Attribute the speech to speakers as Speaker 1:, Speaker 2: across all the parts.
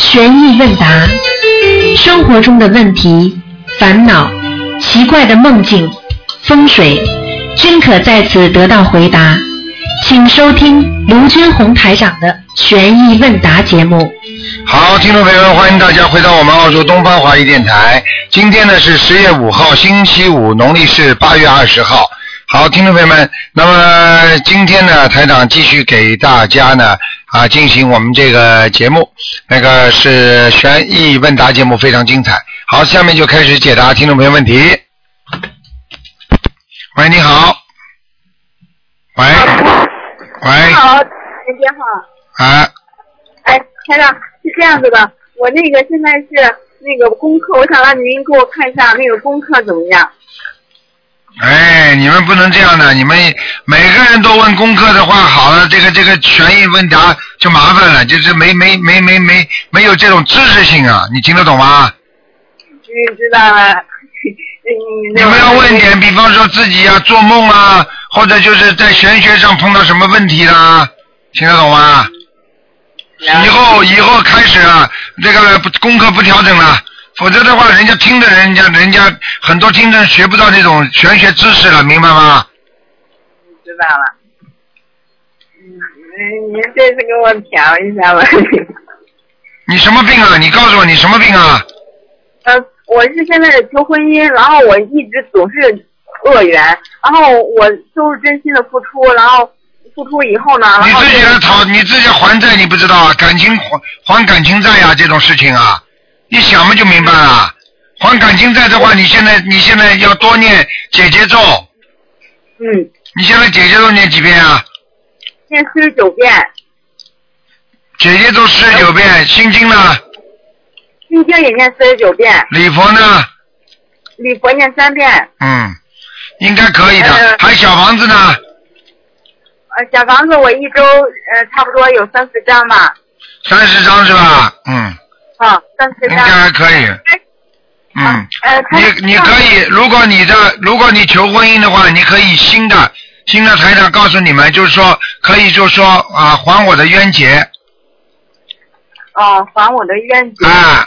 Speaker 1: 悬疑问答，生活中的问题、烦恼、奇怪的梦境、风水，均可在此得到回答。请收听卢军红台长的悬疑问答节目。
Speaker 2: 好，听众朋友们，欢迎大家回到我们澳洲东方华语电台。今天呢是十月五号，星期五，农历是八月二十号。好，听众朋友们，那么今天呢，台长继续给大家呢啊进行我们这个节目，那个是悬疑问答节目，非常精彩。好，下面就开始解答听众朋友问题。喂，你好。喂，喂，
Speaker 3: 好，人间哈，
Speaker 2: 啊，
Speaker 3: 哎，台长是这样子的，我那个现在是那个功课，我想让您给我看一下那个功课怎么样。
Speaker 2: 哎，你们不能这样的，你们每个人都问功课的话，好了，这个这个权益问答就麻烦了，就是没没没没没没有这种知识性啊，你听得懂吗？
Speaker 3: 你知道吗？
Speaker 2: 你
Speaker 3: 你
Speaker 2: 们要问点，比方说自己啊做梦啊，或者就是在玄学上碰到什么问题啦，听得懂吗？以后以后开始啊，这个不功课不调整了，否则的话，人家听的人家人家很多听众学不到这种玄学知识了，明白吗？
Speaker 3: 知道了。嗯，您您这次给我调一下吧。
Speaker 2: 你什么病啊？你告诉我你什么病啊？
Speaker 3: 呃，我是现在求婚姻，然后我一直总是恶缘，然后我都是真心的付出，然后付出以后呢，然
Speaker 2: 你
Speaker 3: 后
Speaker 2: 自己的讨，你自己还债，你不知道啊？感情还还感情债呀、这种事情啊，一想嘛就明白了。还感情债的话，你现在你现在要多念姐姐咒，
Speaker 3: 嗯，
Speaker 2: 你现在姐姐咒念几遍啊？
Speaker 3: 念四十九遍，
Speaker 2: 姐姐咒四十九
Speaker 3: 嗯
Speaker 2: 遍，心经呢？
Speaker 3: 心经也念四十九遍，
Speaker 2: 礼佛呢？
Speaker 3: 礼佛念三遍，
Speaker 2: 嗯，应该可以的
Speaker 3: 呃。
Speaker 2: 还小房子呢？
Speaker 3: 呃，小房子我一周呃差不多有三四张吧，
Speaker 2: 三十张是吧？嗯，
Speaker 3: 啊，三四
Speaker 2: 应
Speaker 3: 张
Speaker 2: 该。还可以。嗯
Speaker 3: 啊，哎呃，他
Speaker 2: 你你可以，如果你的如果你求婚姻的话，你可以新的新的台长告诉你们，就是说可以就是说啊还我的冤结
Speaker 3: 哦，还我的冤结。
Speaker 2: 啊，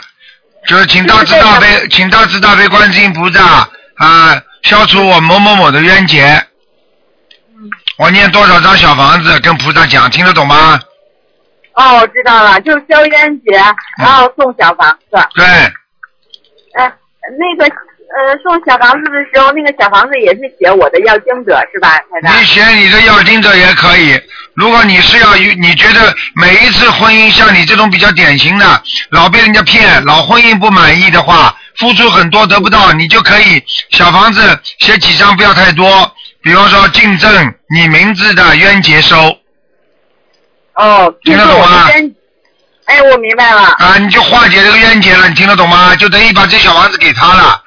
Speaker 2: 就是请大慈大悲，请大慈大悲观世音菩萨啊消除我某某某的冤结。
Speaker 3: 嗯
Speaker 2: 我念多少张小房子跟菩萨讲，听得懂吗？
Speaker 3: 哦，我知道了，就是消冤结，然后送小房子。
Speaker 2: 对，
Speaker 3: 哎，那个呃，送小房子的时候，那个小房子也是写我的要经者是吧，台长？
Speaker 2: 你写你的要经者也可以。如果你是要你觉得每一次婚姻像你这种比较典型的，老被人家骗，老婚姻不满意的话，付出很多得不到，你就可以小房子写几张，不要太多。比方说竞争你名字的冤结收
Speaker 3: 哦，
Speaker 2: 听
Speaker 3: 就
Speaker 2: 得
Speaker 3: 是
Speaker 2: 懂
Speaker 3: 我
Speaker 2: 吗
Speaker 3: 的冤。哎，我明白了。
Speaker 2: 啊，你就化解这个冤结了，你听得懂吗？就等于把这小房子给他了。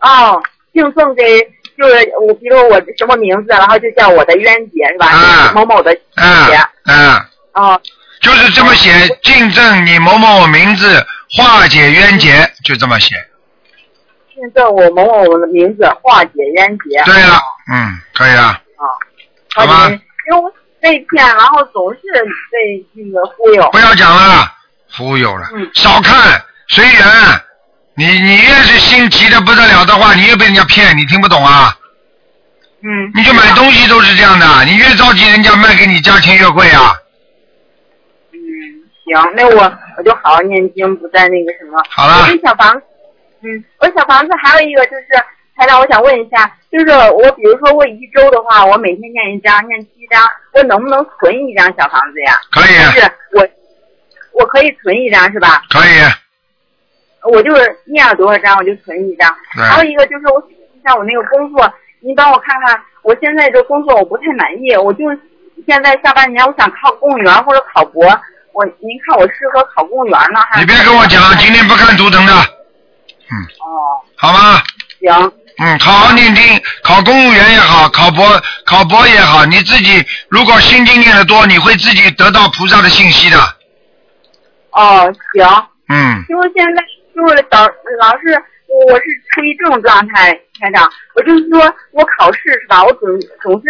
Speaker 3: 哦，净送给就是我，比如我什么名字，然后就叫我的冤结是吧？
Speaker 2: 啊
Speaker 3: 某某的冤
Speaker 2: 嗯
Speaker 3: 结。
Speaker 2: 嗯，
Speaker 3: 哦，
Speaker 2: 就是这么写，竞争你某某名字化解冤结，就这么写。
Speaker 3: 现在我某某的名字化解冤结。
Speaker 2: 对了，嗯，可以了。
Speaker 3: 啊，
Speaker 2: 好吧
Speaker 3: 好的因为我被骗，然后总是被那个忽悠。
Speaker 2: 不要讲了，服务有了，
Speaker 3: 嗯
Speaker 2: 少看随缘。啊你你越是心急的不得了的话，你越被人家骗，你听不懂啊？
Speaker 3: 嗯，
Speaker 2: 你就买东西都是这样的，啊你越着急，人家卖给你价钱越贵啊。
Speaker 3: 嗯，行，那我我就好好念经，不再那个什么。
Speaker 2: 好了
Speaker 3: 我这小房，嗯，我小房子还有一个就是，台长，我想问一下，就是我比如说我一周的话，我每天念一张，念七张，我能不能存一张小房子呀？
Speaker 2: 可以，啊
Speaker 3: 就是我，我可以存一张是吧？
Speaker 2: 可以，啊
Speaker 3: 我就是念了多少张我就存一张。
Speaker 2: 对
Speaker 3: 还有一个就是我像我那个工作，您帮我看看，我现在这工作我不太满意，我就是现在下半年我想考公务员或者考博，我您看我适合考公务员呢还
Speaker 2: 你
Speaker 3: 是？
Speaker 2: 别跟我讲，今天不看图腾的，嗯，
Speaker 3: 哦，
Speaker 2: 好吗？
Speaker 3: 行，
Speaker 2: 嗯，好好念经，考公务员也好，考博考博也好，你自己如果心经念得多，你会自己得到菩萨的信息的。
Speaker 3: 哦行，
Speaker 2: 嗯，
Speaker 3: 因为现在就是老老是我我是处于这种状态，台长，我就是说我考试是吧，我总总是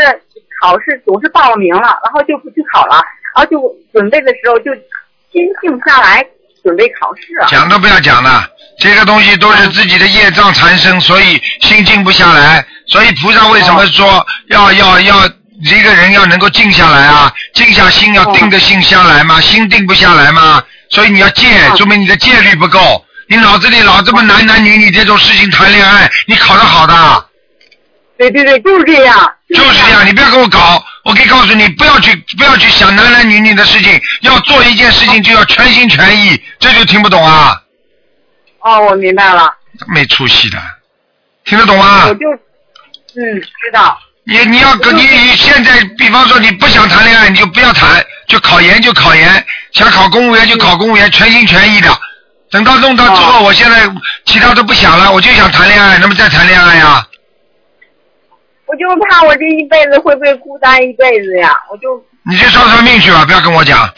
Speaker 3: 考试总是报了名了，然后就不去考了，然后就准备的时候就心静不下来，
Speaker 4: 准备考试。
Speaker 2: 讲都不要讲了，这个东西都
Speaker 4: 嗯
Speaker 2: 是自己的业障缠身，所以心静不下来。所以菩萨为什么
Speaker 4: 哦
Speaker 2: 说要要要一个人要能够静下来啊？静下心要定的心下来嘛，心定不下来嘛。所以你要戒，
Speaker 4: 嗯
Speaker 2: 说明你的戒律不够。你脑子里老这么男男女女这种事情谈恋爱，你考得好的啊。
Speaker 4: 对对对，就是这样。
Speaker 2: 就是这样，你不要跟我搞，我可以告诉你，不要去不要去想男男女女的事情，要做一件事情就要全心全意，这就听不懂啊，
Speaker 4: 哦，我明白了，
Speaker 2: 没出息的，听得懂吗
Speaker 4: 我？就嗯知道。
Speaker 2: 你你要跟你你现在，比方说你不想谈恋爱，你就不要谈，就考研就考研，想考
Speaker 4: 嗯
Speaker 2: 公务员就考公务员，全心全意的。等到弄到之
Speaker 4: 哦
Speaker 2: 后，我现在其他都不想了，我就想谈恋爱，那么再谈恋爱啊呀、
Speaker 4: 我就怕我这一辈子会不会孤单一辈子呀？我就
Speaker 2: 你去算算命去吧，不要跟我讲，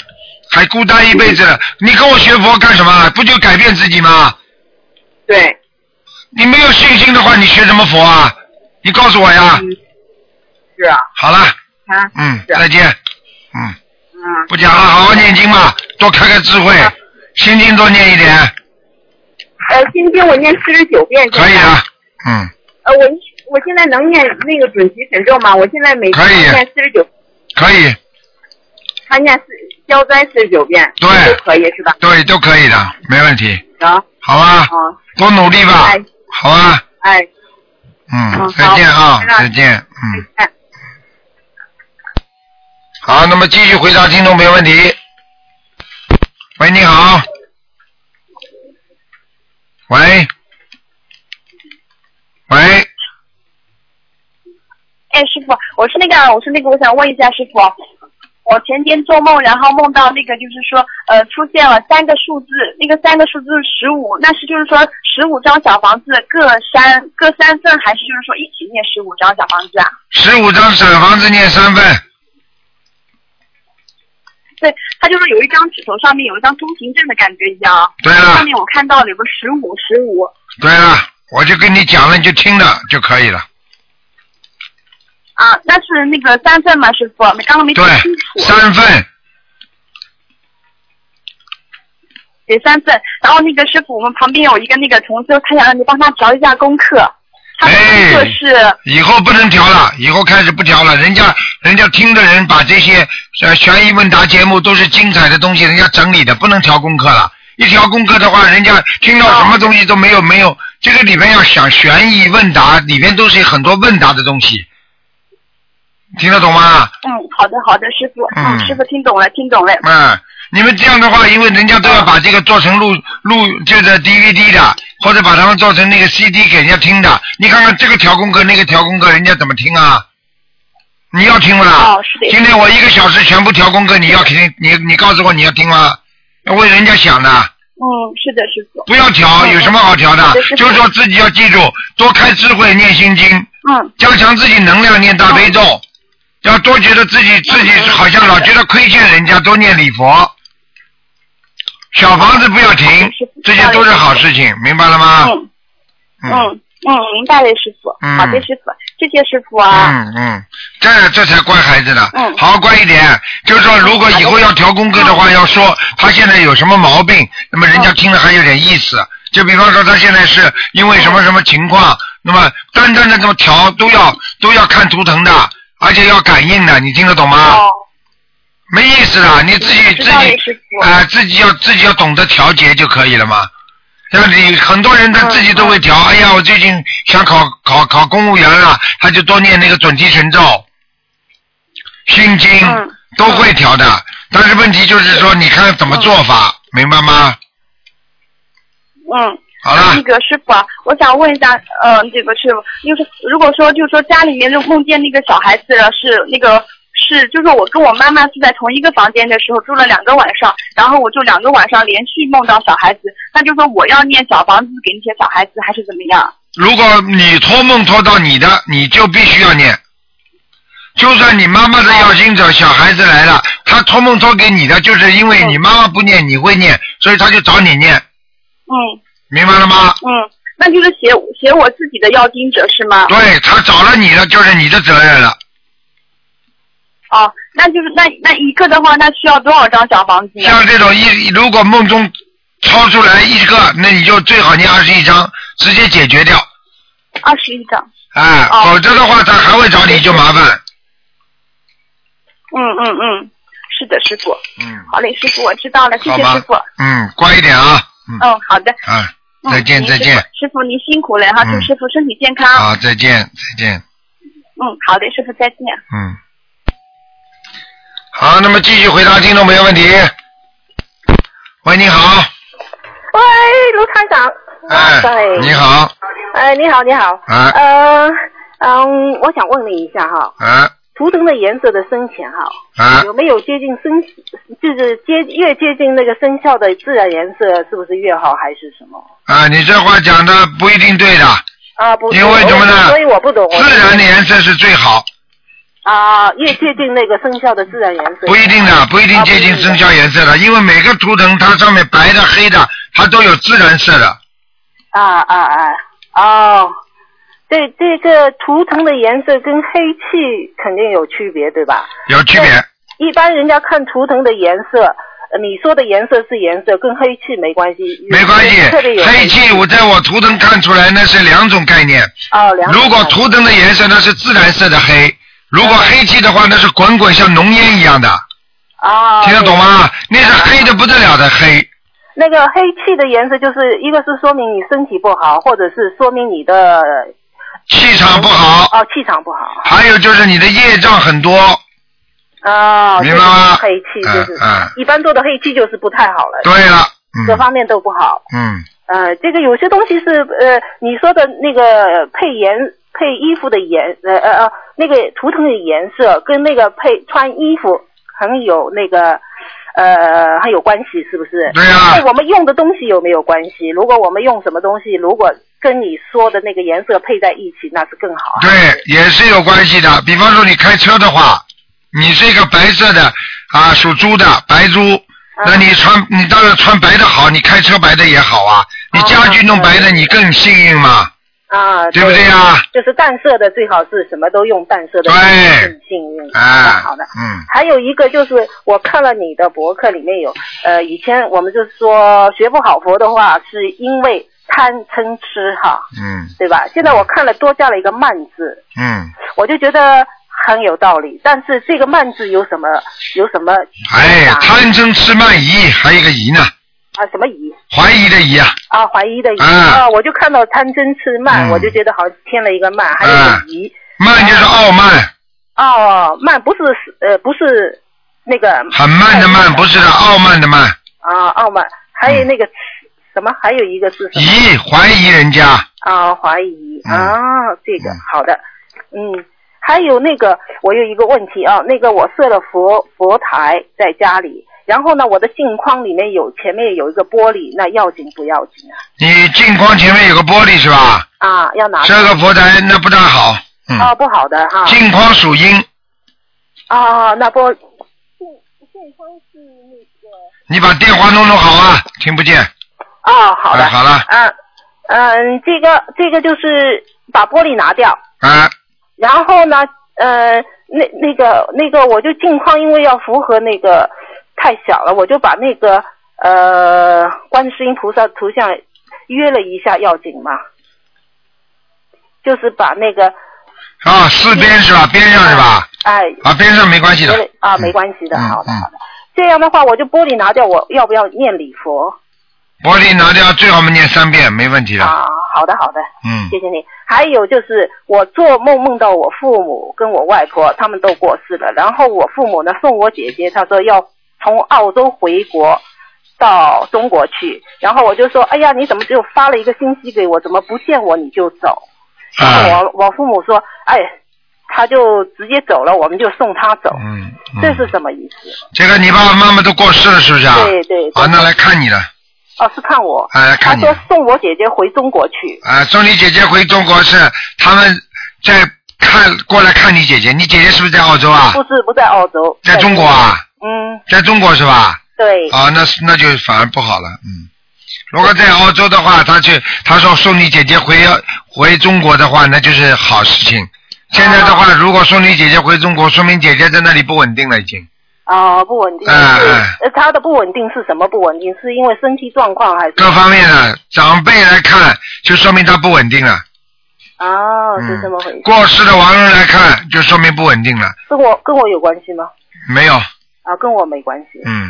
Speaker 2: 还孤单一辈子了。你跟我学佛干什么？不就改变自己吗？
Speaker 4: 对，
Speaker 2: 你没有信心的话，你学什么佛啊？你告诉我呀。
Speaker 4: 嗯，是啊，
Speaker 2: 好了，
Speaker 4: 啊，
Speaker 2: 嗯，
Speaker 4: 是
Speaker 2: 再见。嗯，
Speaker 4: 嗯，
Speaker 2: 不讲了，好好念经嘛，多开开智慧，心经多念一点，
Speaker 4: 呃，心经我念四十九遍，
Speaker 2: 可以
Speaker 4: 现在
Speaker 2: 的。嗯，
Speaker 4: 呃，我我现在能念那个准提神咒吗？我现在每天
Speaker 2: 可以啊
Speaker 4: 念四十九，
Speaker 2: 可以，
Speaker 4: 还念四消灾四十九遍，
Speaker 2: 对
Speaker 4: 都可以是吧？
Speaker 2: 对，都可以的，没问题，
Speaker 4: 行，啊，
Speaker 2: 好吧？
Speaker 3: 哦
Speaker 2: 多努力吧
Speaker 4: 哎，
Speaker 2: 好吧？
Speaker 4: 哎，
Speaker 2: 嗯
Speaker 4: 嗯，
Speaker 2: 再见啊
Speaker 4: 好知，道
Speaker 2: 再见，嗯。
Speaker 4: 哎，
Speaker 2: 好，那么继续回答听众朋友问题。喂，你好。喂。喂，
Speaker 3: 哎，师傅，我是那个，我是那个，我想问一下师傅，我前天做梦，然后梦到那个，就是说，呃，出现了三个数字，那个三个数字是十五，那是就是说十五张小房子各三各三份，还是就是说一起念十五张小房子啊？
Speaker 2: 十五张小房子念三份，
Speaker 3: 对，他就是有一张纸头上面有一张通行证的感觉一样啊，
Speaker 2: 对了
Speaker 3: 上，面我看到了有个十五十五，
Speaker 2: 对了，我就跟你讲了，你就听了就可以了。
Speaker 3: 啊，那是那个三份吗，师傅？没刚刚没听
Speaker 2: 对
Speaker 3: 清，楚。
Speaker 2: 三份，
Speaker 3: 给三份。然后那个师傅，我们旁边有一个那个同修，他想让你帮他调一下功课。他的功
Speaker 2: 哎嗯
Speaker 3: 课是、
Speaker 2: 以后不能调了，以后开始不调了。人家人家听的人把这些呃悬疑问答节目都是精彩的东西，人家整理的，不能调功课了。一调功课的话，人家听到什么东西都没有没有。这个里面要想悬疑问答，里面都是很多问答的东西，听得懂吗？
Speaker 3: 嗯，好的好的，师傅，
Speaker 2: 嗯
Speaker 3: 啊师傅听懂了听懂了。
Speaker 2: 嗯，你们这样的话，因为人家都要把这个做成录录就是 DVD 的，或者把它们做成那个 CD 给人家听的。你看看这个调功课，那个调功课，人家怎么听啊？你要听不啦？
Speaker 3: 哦，是的，
Speaker 2: 今天我一个小时全部调功课，你要听？你你告诉我你要听吗？要为人家想的，
Speaker 3: 嗯，是的，师傅，
Speaker 2: 不要调，
Speaker 3: 嗯
Speaker 2: 有什么好调的
Speaker 3: 对是？的
Speaker 2: 就是说自己要记住，多开智慧，念心经。
Speaker 3: 嗯，
Speaker 2: 加强自己能量，念大悲咒，要多觉得自
Speaker 3: 嗯
Speaker 2: 己自己好像老觉得亏欠人家，多念礼佛。小房子不要停，这些都是好事情，明白了吗？
Speaker 3: 嗯嗯嗯，明白了，师傅，
Speaker 2: 嗯
Speaker 3: 好的，师傅，谢谢师傅啊。
Speaker 2: 嗯嗯，这这才乖孩子呢
Speaker 3: 嗯，
Speaker 2: 好好乖一点。就是说，如果以后要调功课的话，要说他现在有什么毛病，那么人家听了还有点意思。就比方说，他现在是因为什么什么情况，那么单单的这么调都要都要看图腾的，而且要感应的，你听得懂吗？
Speaker 3: 哦，嗯
Speaker 2: 没意思的，你自己自
Speaker 3: 知道了，
Speaker 2: 己
Speaker 3: 师傅。
Speaker 2: 啊、自己要自己要懂得调节就可以了嘛。像你很多人他自己都会
Speaker 3: 嗯
Speaker 2: 调，哎呀，我最近想考考考公务员了，他就多念那个准提神咒、心经，
Speaker 3: 嗯
Speaker 2: 都会调的。但是问题就是说，你看怎么做法，明白吗？
Speaker 3: 嗯。
Speaker 2: 好了
Speaker 3: 那，个师傅啊，我想问一下，嗯、这个师傅，就是如果说就是说家里面就梦见那个小孩子啊是那个是，就是我跟我妈妈是在同一个房间的时候住了两个晚上，然后我就两个晚上连续梦到小孩子，那就说我要念小房子给那些小孩子还是怎么样？
Speaker 2: 如果你托梦托到你的，你就必须要念。就算你妈妈的要经者小孩子来了，他托梦托给你的，就是因为你妈妈不念，你会念，所以他就找你念，
Speaker 3: 嗯
Speaker 2: 明白了吗？
Speaker 3: 嗯，那就是写写我自己的要经者是吗？
Speaker 2: 对他找了你的，就是你的责任了。
Speaker 3: 哦，那就是那那一个的话，那需要多少张小房子呢？
Speaker 2: 像这种一如果梦中抽出来一个，那你就最好念二十一章，直接解决掉。
Speaker 5: 二十一张。
Speaker 2: 哎，
Speaker 5: 哦
Speaker 2: 否则的话他还会找你就麻烦。
Speaker 5: 嗯嗯嗯，是的，师傅。
Speaker 2: 嗯，
Speaker 5: 好嘞，师傅，我知道了，谢
Speaker 2: 好
Speaker 5: 谢
Speaker 2: 吗
Speaker 5: 师傅。
Speaker 2: 嗯，乖一点啊。嗯，
Speaker 5: 嗯，好的。
Speaker 2: 啊，
Speaker 5: 嗯
Speaker 2: 再见
Speaker 5: 您
Speaker 2: 再见
Speaker 5: 师傅师傅您辛苦了哈，祝
Speaker 2: 嗯
Speaker 5: 师傅身体健康。
Speaker 2: 好，再见再见。
Speaker 5: 嗯，好的，师傅再见。
Speaker 2: 嗯。好，那么继续回答听众朋友问题。喂，你好，
Speaker 6: 喂，卢团长。
Speaker 2: 哎
Speaker 6: 哇塞，
Speaker 2: 你。好，
Speaker 6: 哎，你好，你好。
Speaker 2: 哎
Speaker 6: 呃，嗯，我想问你一下哈，
Speaker 2: 哎
Speaker 6: 图腾的颜色的深浅哈，
Speaker 2: 哎，
Speaker 6: 有没有接近生，就是接越接近那个生肖的自然颜色，是不是越好还是什么？
Speaker 2: 啊，你这话讲的不一定对的，
Speaker 6: 啊，不，
Speaker 2: 因为什么呢
Speaker 6: 所以我不懂。我
Speaker 2: 自然的颜色是最好，
Speaker 6: 啊，越接近那个生肖的自然颜色。
Speaker 2: 不一定的，不一定
Speaker 6: 啊
Speaker 2: 接近生肖颜色的，因为每个图腾它上面白的、黑的，它都有自然色的。
Speaker 6: 啊啊啊！哦，对，这个图腾的颜色跟黑气肯定有区别，对吧？
Speaker 2: 有区别，
Speaker 6: 一般人家看图腾的颜色，呃你说的颜色是颜色，跟黑气没关系。
Speaker 2: 没关系
Speaker 6: 特别有。
Speaker 2: 黑气我在我图腾看出来那是两种概念。
Speaker 6: 哦，两种
Speaker 2: 如果图腾的颜色那是自然色的黑，如果
Speaker 6: 嗯
Speaker 2: 黑气的话那是滚滚像浓烟一样的，
Speaker 6: 啊，
Speaker 2: 听得懂？吗？那是黑的不得了的黑，
Speaker 6: 那个黑气的颜色，就是一个是说明你身体不好，或者是说明你的
Speaker 2: 气场不好，
Speaker 6: 哦气场不好。
Speaker 2: 还有就是你的业障很多，
Speaker 6: 哦，
Speaker 2: 明白吗
Speaker 6: 这就是黑气就是、
Speaker 2: 嗯嗯
Speaker 6: 一般做的黑气就是不太好了，
Speaker 2: 对了，
Speaker 6: 各
Speaker 2: 嗯
Speaker 6: 方面都不好。
Speaker 2: 嗯，
Speaker 6: 呃，这个有些东西是呃，你说的那个呃配颜配衣服的颜呃呃呃，那个图腾的颜色跟那个配穿衣服很有那个呃很有关系，是不是？
Speaker 2: 对呀
Speaker 6: 那我们用的东西有没有关系？如果我们用什么东西，如果跟你说的那个颜色配在一起，那是更好啊。
Speaker 2: 对，也是有关系的。比方说你开车的话，你是一个白色的啊，属猪的白猪，
Speaker 6: 啊
Speaker 2: 那你穿你当然穿白的好，你开车白的也好
Speaker 6: 哦
Speaker 2: 啊，你家具弄白的你更幸运嘛，
Speaker 6: 啊，
Speaker 2: 对不对呀？
Speaker 6: 就是淡色的，最好是什么都用淡色的，
Speaker 2: 对
Speaker 6: 更幸运。
Speaker 2: 哎，
Speaker 6: 好的。
Speaker 2: 嗯。
Speaker 6: 还有一个就是，我看了你的博客里面有，呃，以前我们就说学不好佛的话，是因为贪嗔痴哈，
Speaker 2: 嗯
Speaker 6: 对吧？现在我看了多加了一个慢字，
Speaker 2: 嗯，
Speaker 6: 我就觉得很有道理。但是这个慢字有什么有什么
Speaker 2: 哎，
Speaker 6: 啊
Speaker 2: 贪嗔痴慢疑，还有一个疑呢，
Speaker 6: 啊什么疑
Speaker 2: 怀疑的疑啊，
Speaker 6: 啊怀疑的疑、
Speaker 2: 啊
Speaker 6: 啊，我就看到贪嗔痴慢，
Speaker 2: 嗯
Speaker 6: 我就觉得好像添了一个慢，还有一
Speaker 2: 啊
Speaker 6: 个疑、
Speaker 2: 慢就是傲慢，
Speaker 6: 哦，慢不是呃不是那个
Speaker 2: 很慢的慢，不是的，傲慢的慢，
Speaker 6: 啊傲慢，还有那个、什么还有一个是什么？
Speaker 2: 疑嗯怀疑人家，
Speaker 6: 啊，怀疑
Speaker 2: 嗯
Speaker 6: 啊，这个
Speaker 2: 嗯
Speaker 6: 好的，嗯，还有那个，我有一个问题啊，那个我设了佛佛台在家里，然后呢，我的镜框里面有前面有一个玻璃，那要紧不要紧啊？
Speaker 2: 你镜框前面有个玻璃是吧？
Speaker 6: 啊，要拿
Speaker 2: 这个佛台那不大好，
Speaker 6: 啊，
Speaker 2: 嗯，
Speaker 6: 不好的哈
Speaker 2: 镜框属阴，
Speaker 6: 啊，那玻
Speaker 2: 你把电话弄弄好啊，听不见，
Speaker 6: 啊，好的，
Speaker 2: 哎好了，
Speaker 6: 嗯嗯，这个这个就是把玻璃拿掉，
Speaker 2: 啊，
Speaker 6: 然后呢，呃，那那个那个，我就镜框，因为要符合那个太小了，我就把那个呃观世音菩萨图像约了一下要紧嘛，就是把那个
Speaker 2: 啊，四边是吧？边上是吧？
Speaker 6: 哎
Speaker 2: 啊，边上没关系
Speaker 6: 约了
Speaker 2: 的，
Speaker 6: 嗯啊，没关系的，
Speaker 2: 嗯
Speaker 6: 好的
Speaker 2: 嗯
Speaker 6: 好的。这样的话，我就玻璃拿掉，我要不要念礼佛
Speaker 2: 玻璃拿掉，最好我们念三遍，没问题的，
Speaker 6: 啊？好的好的，
Speaker 2: 嗯
Speaker 6: 谢谢你。还有就是，我做梦梦到我父母跟我外婆他们都过世了，然后我父母呢送我姐姐，她说要从澳洲回国到中国去，然后我就说，哎呀，你怎么只有发了一个信息给我，怎么不见我你就走？然
Speaker 2: 啊，
Speaker 6: 后我我父母说，哎，他就直接走了，我们就送他走，
Speaker 2: 嗯，嗯
Speaker 6: 这是什么意思？
Speaker 2: 这个你爸爸妈妈都过世了，是不是啊？
Speaker 6: 对对对
Speaker 2: 啊，那来看你了，
Speaker 6: 哦，是看我，
Speaker 2: 啊，来
Speaker 6: 他
Speaker 2: 看你
Speaker 6: 说
Speaker 2: 了。
Speaker 6: 送我姐姐回中国去，
Speaker 2: 啊，送你姐姐回中国是他们在看过来看你姐姐，你姐姐是不是在澳洲啊
Speaker 6: 不？是不在澳洲，
Speaker 2: 在中国？啊，
Speaker 6: 嗯，
Speaker 2: 在中国是吧？
Speaker 6: 对，
Speaker 2: 啊，那是那就反而不好了，嗯。如果在澳洲的话，他去他说送你姐姐回回中国的话，那就是
Speaker 6: 啊
Speaker 2: 好事情。现在的话，如果送你姐姐回中国，说明姐姐在那里不稳定了已经。
Speaker 6: 啊、不稳定是、
Speaker 2: 哎哎
Speaker 6: 呃，他的不稳定是什么不稳定？是因为身体状况还是？
Speaker 2: 各方面的长辈来看，就说明他不稳定了。
Speaker 6: 啊，是
Speaker 2: 嗯
Speaker 6: 这么回事？
Speaker 2: 过世的亡人来看，就说明不稳定了。
Speaker 6: 跟我跟我有关系吗？
Speaker 2: 没有，
Speaker 6: 啊，跟我没关系。
Speaker 2: 嗯，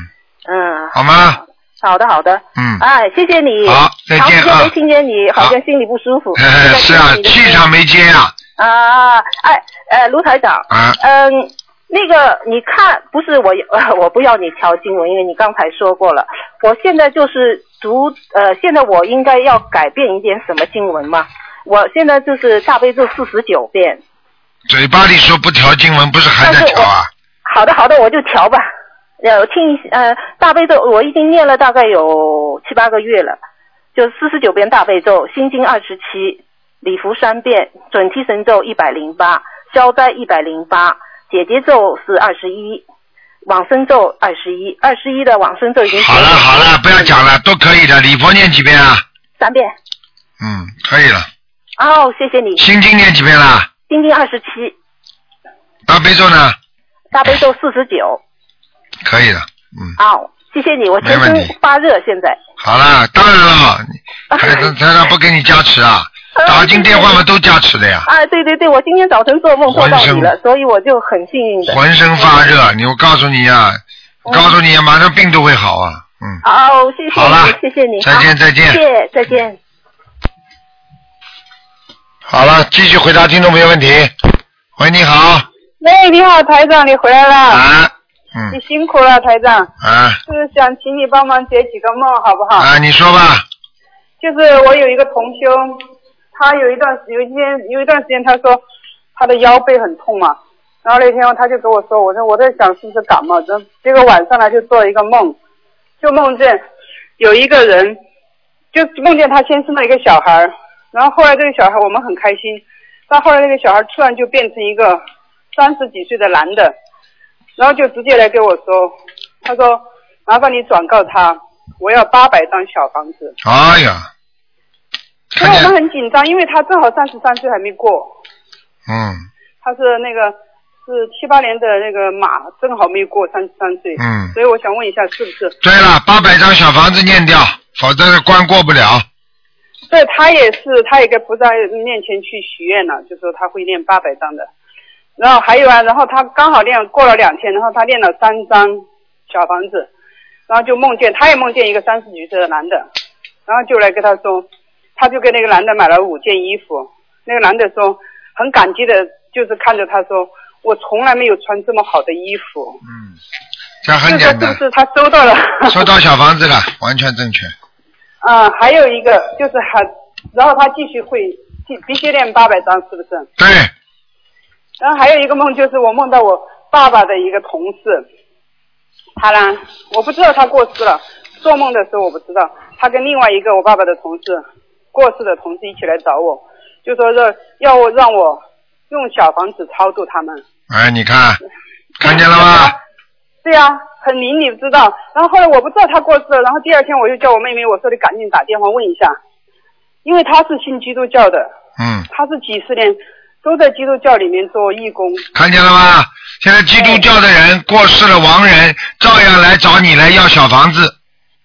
Speaker 6: 嗯，
Speaker 2: 好吗？
Speaker 6: 好的好的，
Speaker 2: 嗯，
Speaker 6: 哎，谢谢你。
Speaker 2: 好再见
Speaker 6: 长时间
Speaker 2: 啊
Speaker 6: 没听见你，好
Speaker 2: 好
Speaker 6: 像心里不舒服。
Speaker 2: 哎，是啊，气场没接啊，
Speaker 6: 啊，哎，呃，卢台长，
Speaker 2: 啊，
Speaker 6: 嗯，那个你看，不是我，呃我不要你调经文，因为你刚才说过了。我现在就是读，呃，现在我应该要改变一点什么经文吗？我现在就是大悲咒四十九遍。
Speaker 2: 嘴巴里说不调经文，不是还在调啊？
Speaker 6: 好的，好的，我就调吧。呃，我听一下，呃，大悲咒我已经念了大概有七八个月了，就四十九遍大悲咒，心经二十七，礼佛三遍，准提神咒一百零八，消灾一百零八，解结咒是二十一，往生咒二十一，二十一的往生咒已经
Speaker 2: 好了好了，不要讲了，都可以的。礼佛念几遍啊？
Speaker 6: 三遍。
Speaker 2: 嗯，可以了。
Speaker 6: 哦，谢谢你，
Speaker 2: 心经念几遍啦？
Speaker 6: 心经二十七，
Speaker 2: 大悲咒呢？
Speaker 6: 大悲咒四十九。
Speaker 2: 可以了。嗯，
Speaker 6: 哦，谢谢你，我全
Speaker 2: 没问
Speaker 6: 身
Speaker 2: 题
Speaker 6: 发热现在。
Speaker 2: 好了，当然 了，台长台长不给你加持啊，打进电话嘛都加持的呀，
Speaker 6: 啊，对对对，我今天早晨做梦做到你
Speaker 2: 浑
Speaker 6: 了
Speaker 2: 身，
Speaker 6: 所以我就很幸运的。嗯
Speaker 2: 浑身发热，你我告诉你呀、我告诉你呀、马上病都会好啊，嗯。
Speaker 6: 好，谢谢
Speaker 2: 好了
Speaker 6: 你，谢谢你，
Speaker 2: 再见
Speaker 6: 好
Speaker 2: 再见
Speaker 6: 谢谢，再见。
Speaker 2: 好了，继续回答听众朋友问题。喂，你好，
Speaker 7: 喂，你好，台长，你回来了，
Speaker 2: 啊，
Speaker 7: 你
Speaker 2: 嗯，
Speaker 7: 辛苦了，台长。
Speaker 2: 啊，
Speaker 7: 就是想请你帮忙解几个梦，好不好？
Speaker 2: 啊，你说吧，
Speaker 7: 就是我有一个同修，他有一段有一天有一段时间，他说他的腰背很痛嘛，然后那天他就跟我说，我说我在想是不是感冒，这结果晚上呢就做了一个梦，就梦见有一个人，就梦见他先生了一个小孩儿，然后后来这个小孩我们很开心，但后来那个小孩突然就变成一个三十几岁的男的，然后就直接来给我说，他说麻烦你转告他，我要八百张小房子。
Speaker 2: 哎呀，
Speaker 7: 所以
Speaker 2: 看
Speaker 7: 我们
Speaker 2: 见，
Speaker 7: 很紧张，因为他正好三十三岁还没过，
Speaker 2: 嗯
Speaker 7: 他是那个是七八年的那个马，正好没过三十三岁，
Speaker 2: 嗯，
Speaker 7: 所以我想问一下，是不是？
Speaker 2: 对了，八百张小房子念掉，否则这关过不了。
Speaker 7: 对他也是，他也给菩萨面前去许愿了，就说他会念八百章的。然后还有啊，然后他刚好练过了两天，然后他练了三张小房子，然后就梦见他也梦见一个三十几岁的男的，然后就来跟他说，他就给那个男的买了五件衣服，那个男的说很感激的，就是看着他说，我从来没有穿这么好的衣服，
Speaker 2: 嗯，这
Speaker 7: 就
Speaker 2: 很
Speaker 7: 说
Speaker 2: 简
Speaker 7: 是不
Speaker 2: 单，
Speaker 7: 是他收到了？
Speaker 2: 收到小房子了，完全正确。
Speaker 7: 啊，还有一个就是还，然后他继续会继必须练八百张，是不是？
Speaker 2: 对，
Speaker 7: 然后还有一个梦就是我梦到我爸爸的一个同事，他呢，我不知道他过世了，做梦的时候我不知道，他跟另外一个我爸爸的同事，过世的同事一起来找我，就说让要我让我用小房子超度他们。
Speaker 2: 哎，你看，看见了吗？
Speaker 7: 对呀、很灵，你知道。然后后来我不知道他过世了，然后第二天我就叫我妹妹，我说你赶紧打电话问一下，因为她是信基督教的，
Speaker 2: 嗯，
Speaker 7: 她是几十年都在基督教里面做义工。
Speaker 2: 看见了吗？现在基督教的人过世了，亡人照样来找你来要小房子，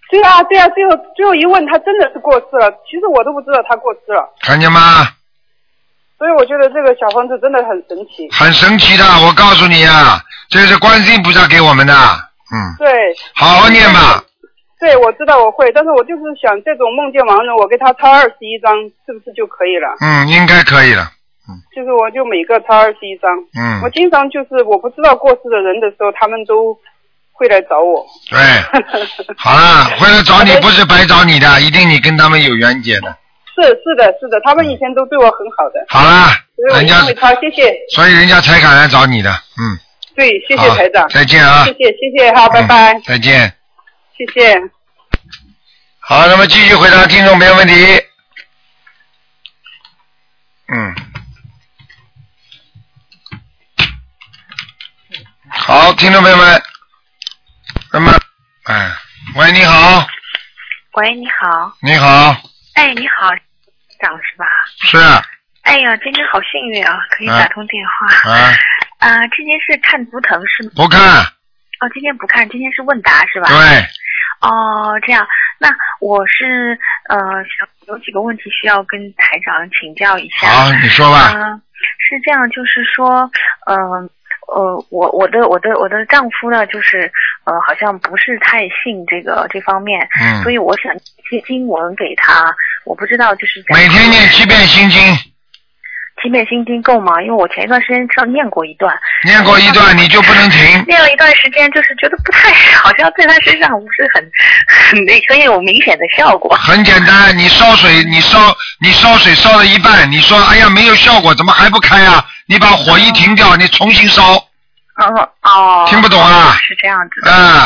Speaker 7: 对啊，对啊，最后最后一问，他真的是过世了。其实我都不知道他过世了，
Speaker 2: 看见吗？
Speaker 7: 所以我觉得这个小房子真的很神奇。
Speaker 2: 很神奇的，我告诉你啊，这是观世音菩萨给我们的，嗯，
Speaker 7: 对，
Speaker 2: 好好念吧，
Speaker 7: 对，我知道我会，但是我就是想，这种梦见盲人，我给他抄二十一张，是不是就可以了？
Speaker 2: 嗯，应该可以了，
Speaker 7: 就是我就每个抄二十一张。
Speaker 2: 嗯
Speaker 7: 我，经常就是我不知道过世的人的时候，他们都会来找我。
Speaker 2: 对，好了，回来找你不是白找你的，一定你跟他们有缘结的，
Speaker 7: 是是的，是的，他们以前都对我很好的，
Speaker 2: 嗯好了，
Speaker 7: 所以我
Speaker 2: 人家
Speaker 7: 因，为他，谢谢，
Speaker 2: 所以人家才敢来找你的，嗯，
Speaker 7: 对，谢谢
Speaker 2: 好
Speaker 7: 台长，
Speaker 2: 再见啊
Speaker 7: 谢，谢谢谢，好，拜拜
Speaker 2: 嗯，再见。
Speaker 7: 谢谢。
Speaker 2: 好，那么继续回答听众朋友问题。嗯，好，听众朋友们，那么，哎，喂，你好，
Speaker 8: 喂，你好。
Speaker 2: 你好，
Speaker 8: 哎，你好，长是吧？
Speaker 2: 是啊，
Speaker 8: 哎呀，今天好幸运啊，可以
Speaker 2: 啊
Speaker 8: 打通电话。啊，这件事看图腾是吗？
Speaker 2: 不看，
Speaker 8: 哦，今天不看，今天是问答是吧？
Speaker 2: 对，
Speaker 8: 哦，这样，那我是呃，想有几个问题需要跟台长请教一下。
Speaker 2: 好，你说吧。
Speaker 8: 啊，是这样，就是说，嗯、呃，我我的我的我的丈夫呢，就是呃，好像不是太信这个这方面，
Speaker 2: 嗯
Speaker 8: 所，以我想借经文给他，我不知道就是
Speaker 2: 每天念七遍心经，
Speaker 8: 七遍心经够吗？因为我前一段时间知道念过一段，
Speaker 2: 念过一 段你就不能停。
Speaker 8: 念了一段时间，就是觉得不太好像对他身上不是很 很那很有明显的效果。
Speaker 2: 很简单，你烧水，你烧你烧水烧了一半，你说哎呀没有效果，怎么还不开啊？你把火一停掉，你重新烧，
Speaker 8: 嗯哦，
Speaker 2: 听不懂啊
Speaker 8: 是这样子的。
Speaker 2: 啊，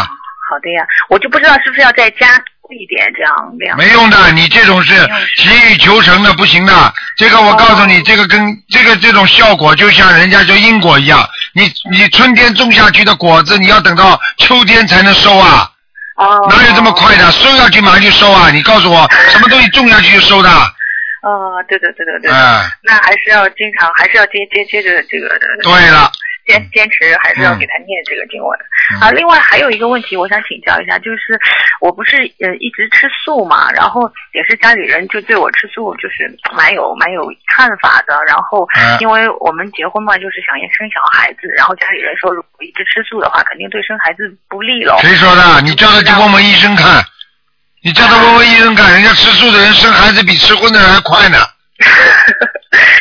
Speaker 8: 好的呀，我就不知道是不是要再加多一点，这样这样。
Speaker 2: 没用的，哦你这种是急于求成的，不行的。这个我告诉你，这个跟这个这种效果就像人家说因果一样，你你春天种下去的果子，你要等到秋天才能收啊，
Speaker 8: 哦，
Speaker 2: 哪有这么快的？收下去马上就收啊？你告诉我，什么东西种下去就收的？
Speaker 8: 哦，对对对对对，
Speaker 2: 哎，
Speaker 8: 那还是要经常，还是要接接接着这个
Speaker 2: 对了，嗯
Speaker 8: 坚坚持还是要给他念这个经文、啊。另外还有一个问题，我想请教一下，就是我不是呃一直吃素嘛，然后也是家里人就对我吃素就是蛮有蛮有看法的。然后
Speaker 2: 嗯
Speaker 8: 因为我们结婚嘛，就是想要生小孩子，然后家里人说如果一直吃素的话，肯定对生孩子不利喽。
Speaker 2: 谁说的？你叫他去问问医生看，你叫他问问医 生看，人家吃素的人生孩子比吃荤的人还快呢。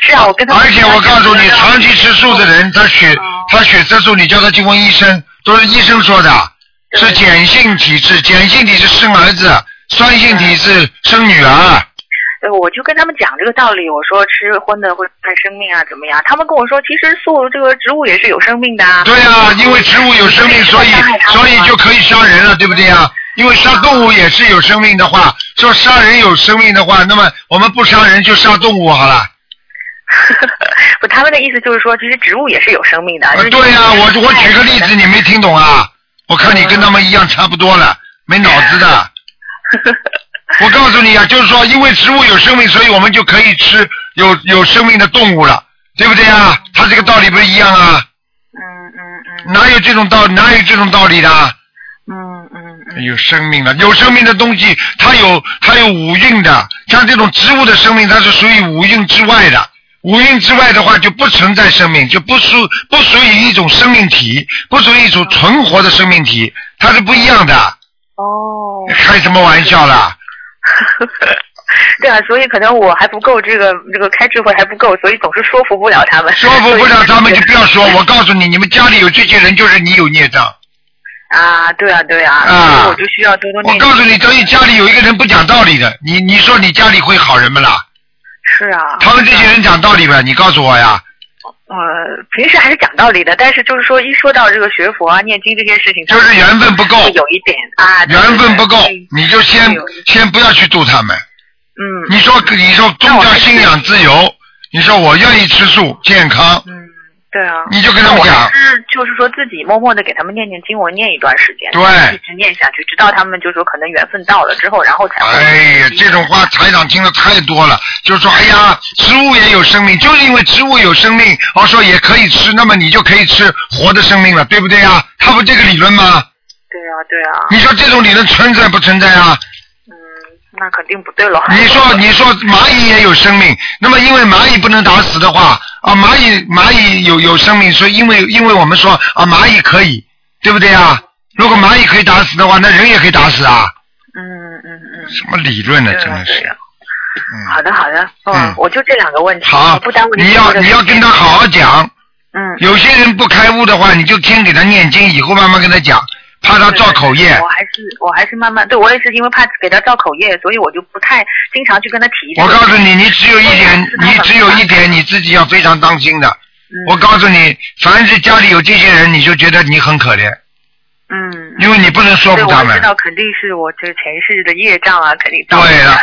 Speaker 8: 是啊，我跟他们
Speaker 2: 而且我告诉你，长期吃素的人，他血
Speaker 8: 哦
Speaker 2: 他血色素，你叫他去问医生，都是医生说的，
Speaker 8: 对
Speaker 2: 是碱性体质，碱性体质生儿子，酸性体质生女儿。
Speaker 8: 对，我就跟他们讲这个道理，我说吃荤的会害生命啊，怎么样？他们跟我说，其实素这个植物也是有生命的啊。
Speaker 2: 对啊，因为植物有生命，所以所以就可以杀人了，对不对啊？因为杀动物也是有生命的话，说杀人有生命的话，那么我们不杀人就杀动物好了。
Speaker 8: 不，他们的意思就是说，其实植物也是有生命的。
Speaker 2: 啊
Speaker 8: 就是
Speaker 2: 对呀、我我举个例子，你没听懂啊？我看你跟他们一样差不多了，没脑子的。我告诉你啊，就是说，因为植物有生命，所以我们就可以吃有有生命的动物了，对不对啊？它这个道理不是一样啊？
Speaker 8: 嗯嗯
Speaker 2: 哪有这种道？哪有这种道理的啊？
Speaker 8: 嗯嗯嗯嗯，
Speaker 2: 有生命的，有生命的东西，它有它有五蕴的，像这种植物的生命，它是属于五蕴之外的。五蕴之外的话，就不存在生命，就不属不属于一种生命体，不属于一种存活的生命体，它是不一样的。
Speaker 8: 哦，
Speaker 2: 开什么玩笑啦？
Speaker 8: 对啊，所以可能我还不够这个这个开智慧还不够，所以总是说服不了他们。
Speaker 2: 说服不了他们
Speaker 8: 所以
Speaker 2: 就不要说。我告诉你，你们家里有这些人，就是你有孽障。
Speaker 8: 啊，对啊对啊，
Speaker 2: 啊
Speaker 8: 所以我就需要多多
Speaker 2: 我
Speaker 8: 念。
Speaker 2: 告诉你，等于家里有一个人不讲道理的，你你说你家里会好人不啦？
Speaker 8: 是啊，
Speaker 2: 他们这些人讲道理呗，你告诉我呀。
Speaker 8: 呃，平时还是讲道理的，但是就是说一说到这个学佛啊、念经这些事情，
Speaker 2: 就是缘分不够
Speaker 8: 会有一点啊，对
Speaker 2: 缘分不够
Speaker 8: 对对，
Speaker 2: 你就先先不要去度他们。
Speaker 8: 嗯
Speaker 2: 你说你说宗教信仰自由，你说我愿意吃素健康，
Speaker 8: 嗯，对啊。
Speaker 2: 你就跟他们讲，
Speaker 8: 是就是说自己默默的给他们念念经文，念一段时间，
Speaker 2: 对
Speaker 8: 一直念下去，直到他们就说可能缘分到了之后，然后才会。
Speaker 2: 哎呀，这种话台长听的太多了，就说哎呀，植物也有生命，就是因为植物有生命，哦说也可以吃，那么你就可以吃活的生命了，对不对啊？他不这个理论吗？
Speaker 8: 对啊，对啊，
Speaker 2: 你说这种理论存在不存在啊？
Speaker 8: 嗯，那肯定不对了。
Speaker 2: 你说，你说蚂蚁也有生命，那么因为蚂蚁不能打死的话，啊，蚂蚁蚂蚁有有生命，所以因为因为我们说啊，蚂蚁可以，对不对啊？如果蚂蚁可以打死的话，那人也可以打死啊？
Speaker 8: 嗯嗯嗯，
Speaker 2: 什么理论呢？
Speaker 8: 对
Speaker 2: 真
Speaker 8: 啊
Speaker 2: 的
Speaker 8: 对
Speaker 2: 是，
Speaker 8: 啊。好的好的，
Speaker 2: 嗯
Speaker 8: 嗯，我就这两个问题，
Speaker 2: 好
Speaker 8: 我不耽误，
Speaker 2: 啊你
Speaker 8: 太
Speaker 2: 要
Speaker 8: 多的
Speaker 2: 你要
Speaker 8: 时间
Speaker 2: 跟他好好讲。
Speaker 8: 嗯。
Speaker 2: 有些人不开悟的话，你就先给他念经，以后慢慢跟他讲，怕他造口业
Speaker 8: 我。还是我还是慢慢，对我也是因为怕给他造口业，所以我就不太经常去跟他提这
Speaker 2: 我
Speaker 8: 个。
Speaker 2: 告诉你，你只有一点，
Speaker 8: 我
Speaker 2: 你
Speaker 8: 知道
Speaker 2: 只有一点你自己要非常当心的。
Speaker 8: 嗯
Speaker 2: 我告诉你，凡是家里有这些人，你就觉得你很可怜。
Speaker 8: 嗯，
Speaker 2: 因为你不能说
Speaker 8: 对，
Speaker 2: 服
Speaker 8: 我
Speaker 2: 他
Speaker 8: 知
Speaker 2: 们，
Speaker 8: 道肯定是我这前世的业障啊，肯定造成的
Speaker 2: 对了，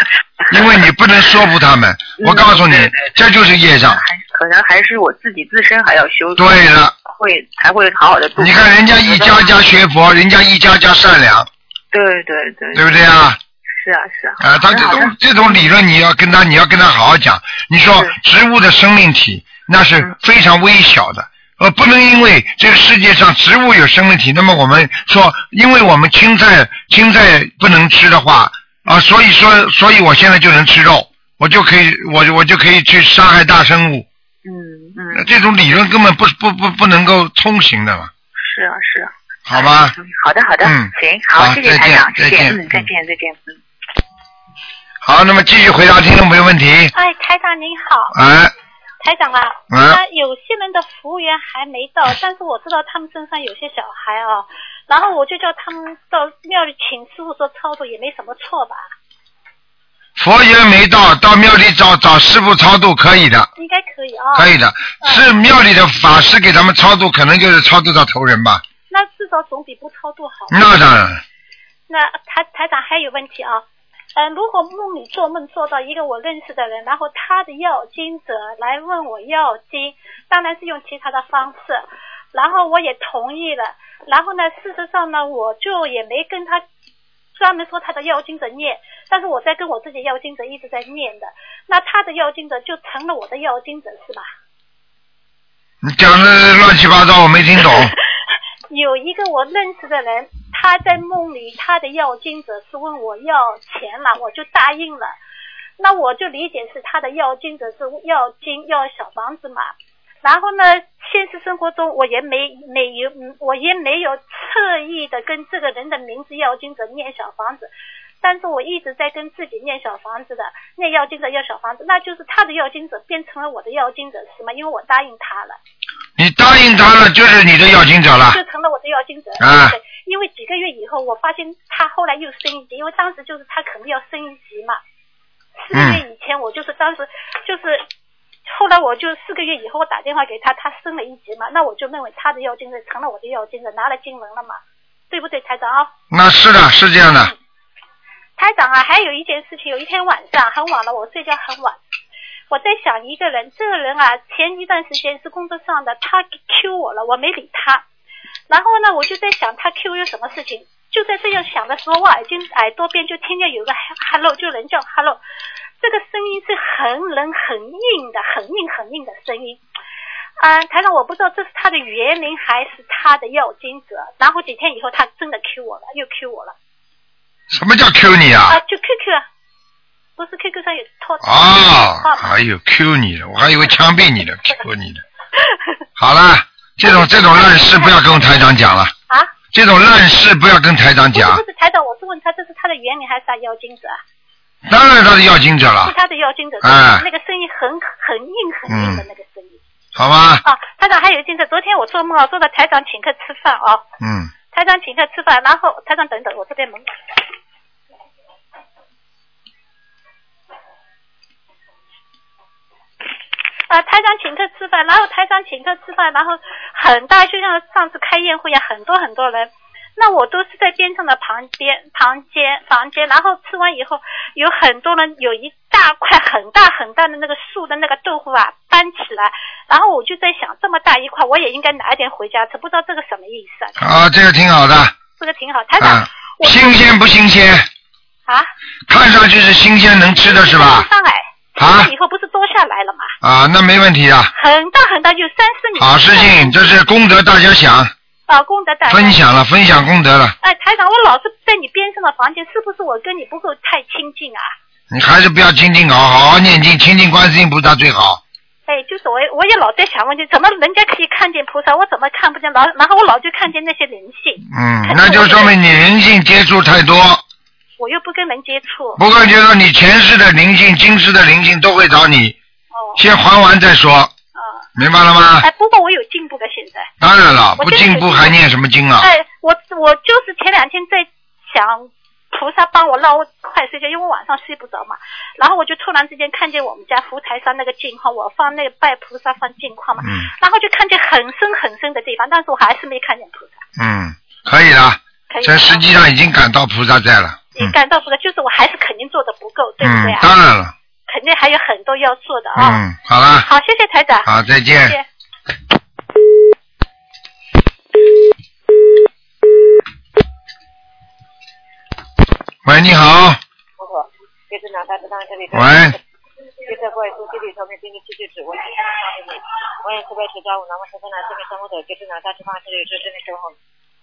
Speaker 2: 因为你不能说服他们。我告诉你
Speaker 8: 嗯对对对，
Speaker 2: 这就是业障。
Speaker 8: 还是可能还是我自己自身还要修，
Speaker 2: 对了，
Speaker 8: 会才会好好的度。
Speaker 2: 你看人家一家
Speaker 8: 我觉得，
Speaker 2: 家学佛，人家一家家善良，
Speaker 8: 对对对，
Speaker 2: 对不对啊？
Speaker 8: 是啊是啊，
Speaker 2: 啊，他
Speaker 8: 很
Speaker 2: 这
Speaker 8: 好的
Speaker 2: 种这种理论，你要跟他，你要跟他好好讲。你说
Speaker 8: 是
Speaker 2: 植物的生命体那是
Speaker 8: 嗯
Speaker 2: 非常微小的，呃，不能因为这个世界上植物有生命体，那么我们说，因为我们青菜青菜不能吃的话啊、所以说，所以我现在就能吃肉，我就可以我我就可以去杀害大生物，
Speaker 8: 嗯嗯，
Speaker 2: 呃这种理论根本不不不不能够通行的嘛，
Speaker 8: 是啊是啊。
Speaker 2: 好吗？
Speaker 8: 嗯，好的好的，
Speaker 2: 嗯
Speaker 8: 行，
Speaker 2: 好
Speaker 8: 谢谢
Speaker 2: 再
Speaker 8: 台
Speaker 2: 见
Speaker 8: 长，谢
Speaker 2: 再
Speaker 8: 谢，
Speaker 2: 见
Speaker 8: 嗯，再
Speaker 2: 嗯
Speaker 8: 见再见，嗯。
Speaker 2: 好，那么继续回答听众朋友问题。
Speaker 9: 哎，台长您好，
Speaker 2: 哎，
Speaker 9: 台长啊，
Speaker 2: 嗯
Speaker 9: 他有些人的服务员还没 到，但是我知道他们身上有些小孩啊，然后我就叫他们到庙里请师傅说操作，也没什么错吧？
Speaker 2: 佛缘没到，到庙里找找师傅超度可以的，
Speaker 9: 应该可以啊。
Speaker 2: 可以的，是庙里的法师给他们超度，可能就是超度到头人吧。
Speaker 9: 那至少总比不超度好。
Speaker 2: 那当然，
Speaker 9: 那台台长还有问题啊，呃，如果梦里做梦做到一个我认识的人，然后他的要经者来问我要经，当然是用其他的方式，然后我也同意了，然后呢，事实上呢，我就也没跟他专门说他的要经者念，但是我在跟我自己要经者一直在念的，那他的要经者就成了我的要经者是吧？
Speaker 2: 你讲的乱七八糟，我没听 懂。
Speaker 9: 有一个我认识的人，他在梦里他的要经者是问我要钱了，我就答应了。那我就理解是他的要经者是要金要小房子嘛。然后呢，现实生活中我也没没有，嗯我也没有刻意的跟这个人的名字要经者念小房子，但是我一直在跟自己念小房子的，念要经者要小房子，那就是他的要经者变成了我的要经者是吗？因为我答应他了。嗯
Speaker 2: 你答应他了，就是你的要经者了。
Speaker 9: 就成了我的要精者。
Speaker 2: 啊
Speaker 9: 对，因为几个月以后，我发现他后来又升一级，因为当时就是他可能要升一级嘛。四个月以前，我就是当时就是，后来我就四个月以后，我打电话给他，他升了一级嘛，那我就认为他的要精者成了我的要精者，拿了经文了嘛，对不对，台长啊？
Speaker 2: 那是的，是这样的。
Speaker 9: 台长啊，还有一件事情，有一天晚上很晚了，我睡觉很晚，我在想一个人，这个人啊，前一段时间是工作上的，他 Q 我了，我没理他。然后呢，我就在想他 Q 有什么事情。就在这样想的时候，我耳睛耳朵边就听见有个 hello，就人叫 hello，这个声音是很冷、很硬的、很硬、很硬的声音。啊、台长，我不知道这是他的原名还是他的要经者。然后几天以后，他真的 Q 我了，又 Q 我了。
Speaker 2: 什么叫 Q 你啊
Speaker 9: 啊，？就 QQ，啊，不是 QQ 上有拖
Speaker 2: 哦，
Speaker 9: 号码
Speaker 2: 哎呦，Q 你了，我还以为枪毙
Speaker 9: 嗯
Speaker 2: 你了，Q 你了。好了，这种这种烂事不要跟台长讲了，
Speaker 9: 啊？
Speaker 2: 这种烂事不要跟台长
Speaker 9: 不是
Speaker 2: 讲
Speaker 9: 不。是，台长，我是问他这是他的原名还是他妖精者啊？
Speaker 2: 当然他是要经者
Speaker 9: 是
Speaker 2: 了，
Speaker 9: 他的妖精者，
Speaker 2: 哎
Speaker 9: 那个声音很很硬很
Speaker 2: 嗯
Speaker 9: 硬的那个声音。
Speaker 2: 好吗？
Speaker 9: 啊，台长还有一件事，昨天我做梦啊，做到台长请客吃饭啊，
Speaker 2: 嗯，
Speaker 9: 台长请客吃饭，然后台长等等，我这边门。啊，台长请客吃饭，然后台长请客吃饭，然后很大，就像上次开宴会一样，啊很多很多人。那我都是在边上的旁边、旁间、房间，然后吃完以后，有很多人有一大块很大很大的那个素的那个豆腐啊搬起来，然后我就在想，这么大一块，我也应该拿一点回家吃，不知道这个什么意思啊？
Speaker 2: 啊，这个挺好的，
Speaker 9: 这个挺好，台长
Speaker 2: 啊， 新鲜不新鲜？
Speaker 9: 啊，
Speaker 2: 看上去是新鲜能吃的是吧？
Speaker 9: 上海，
Speaker 2: 啊
Speaker 9: 吃了以后不是多下来了吗？
Speaker 2: 啊，那没问题啊，
Speaker 9: 很大很大，有三四米。
Speaker 2: 好事
Speaker 9: 嗯
Speaker 2: 情，这是功德，大家想
Speaker 9: 啊，功德大家
Speaker 2: 分。享了，分享功德了，
Speaker 9: 哎，台长，我老是在你边上的房间，是不是我跟你不够太亲近啊？
Speaker 2: 你还是不要精进搞，好好念经，亲近观世音菩萨最好。
Speaker 9: 哎，就是我也，我也老在想问题，怎么人家可以看见菩萨，我怎么看不见？然后然后我老就看见那些人性，
Speaker 2: 嗯，那就说明你灵性接触太多。
Speaker 9: 我又不跟人接触。哦
Speaker 2: 不过就是说你前世的灵性、今世的灵性都会找你，
Speaker 9: 哦，
Speaker 2: 先还完再说，
Speaker 9: 啊，
Speaker 2: 明白了吗？
Speaker 9: 哎，不过我有进步的现在。
Speaker 2: 当然了，
Speaker 9: 我
Speaker 2: 不
Speaker 9: 真的
Speaker 2: 进步还念什么经啊？
Speaker 9: 哎，我我就是前两天在想菩萨帮我让我快睡觉，因为我晚上睡不着嘛。然后我就突然之间看见我们家福台上那个镜框，我放那个拜菩萨放镜框嘛，
Speaker 2: 嗯
Speaker 9: 然后就看见很深很深的地方，但是我还是没看见菩萨。
Speaker 2: 嗯，可以了，
Speaker 9: 可以吗
Speaker 2: 这实际上已经感到菩萨在了。
Speaker 9: 也
Speaker 2: 嗯
Speaker 9: 感到菩萨，就是我还是肯定做的不够，对不
Speaker 2: 嗯
Speaker 9: 对，啊？
Speaker 2: 当然了，
Speaker 9: 肯定还有很多要做的啊。
Speaker 2: 嗯，好了，
Speaker 9: 好，谢谢台长，
Speaker 2: 好，再见。
Speaker 9: 谢谢。
Speaker 2: 喂，你好。喂，
Speaker 10: 去 在怪兽地里上面给你继续指纹，我也特别指教我南无十三奶这个三无所就是哪大智方是有这真的时候，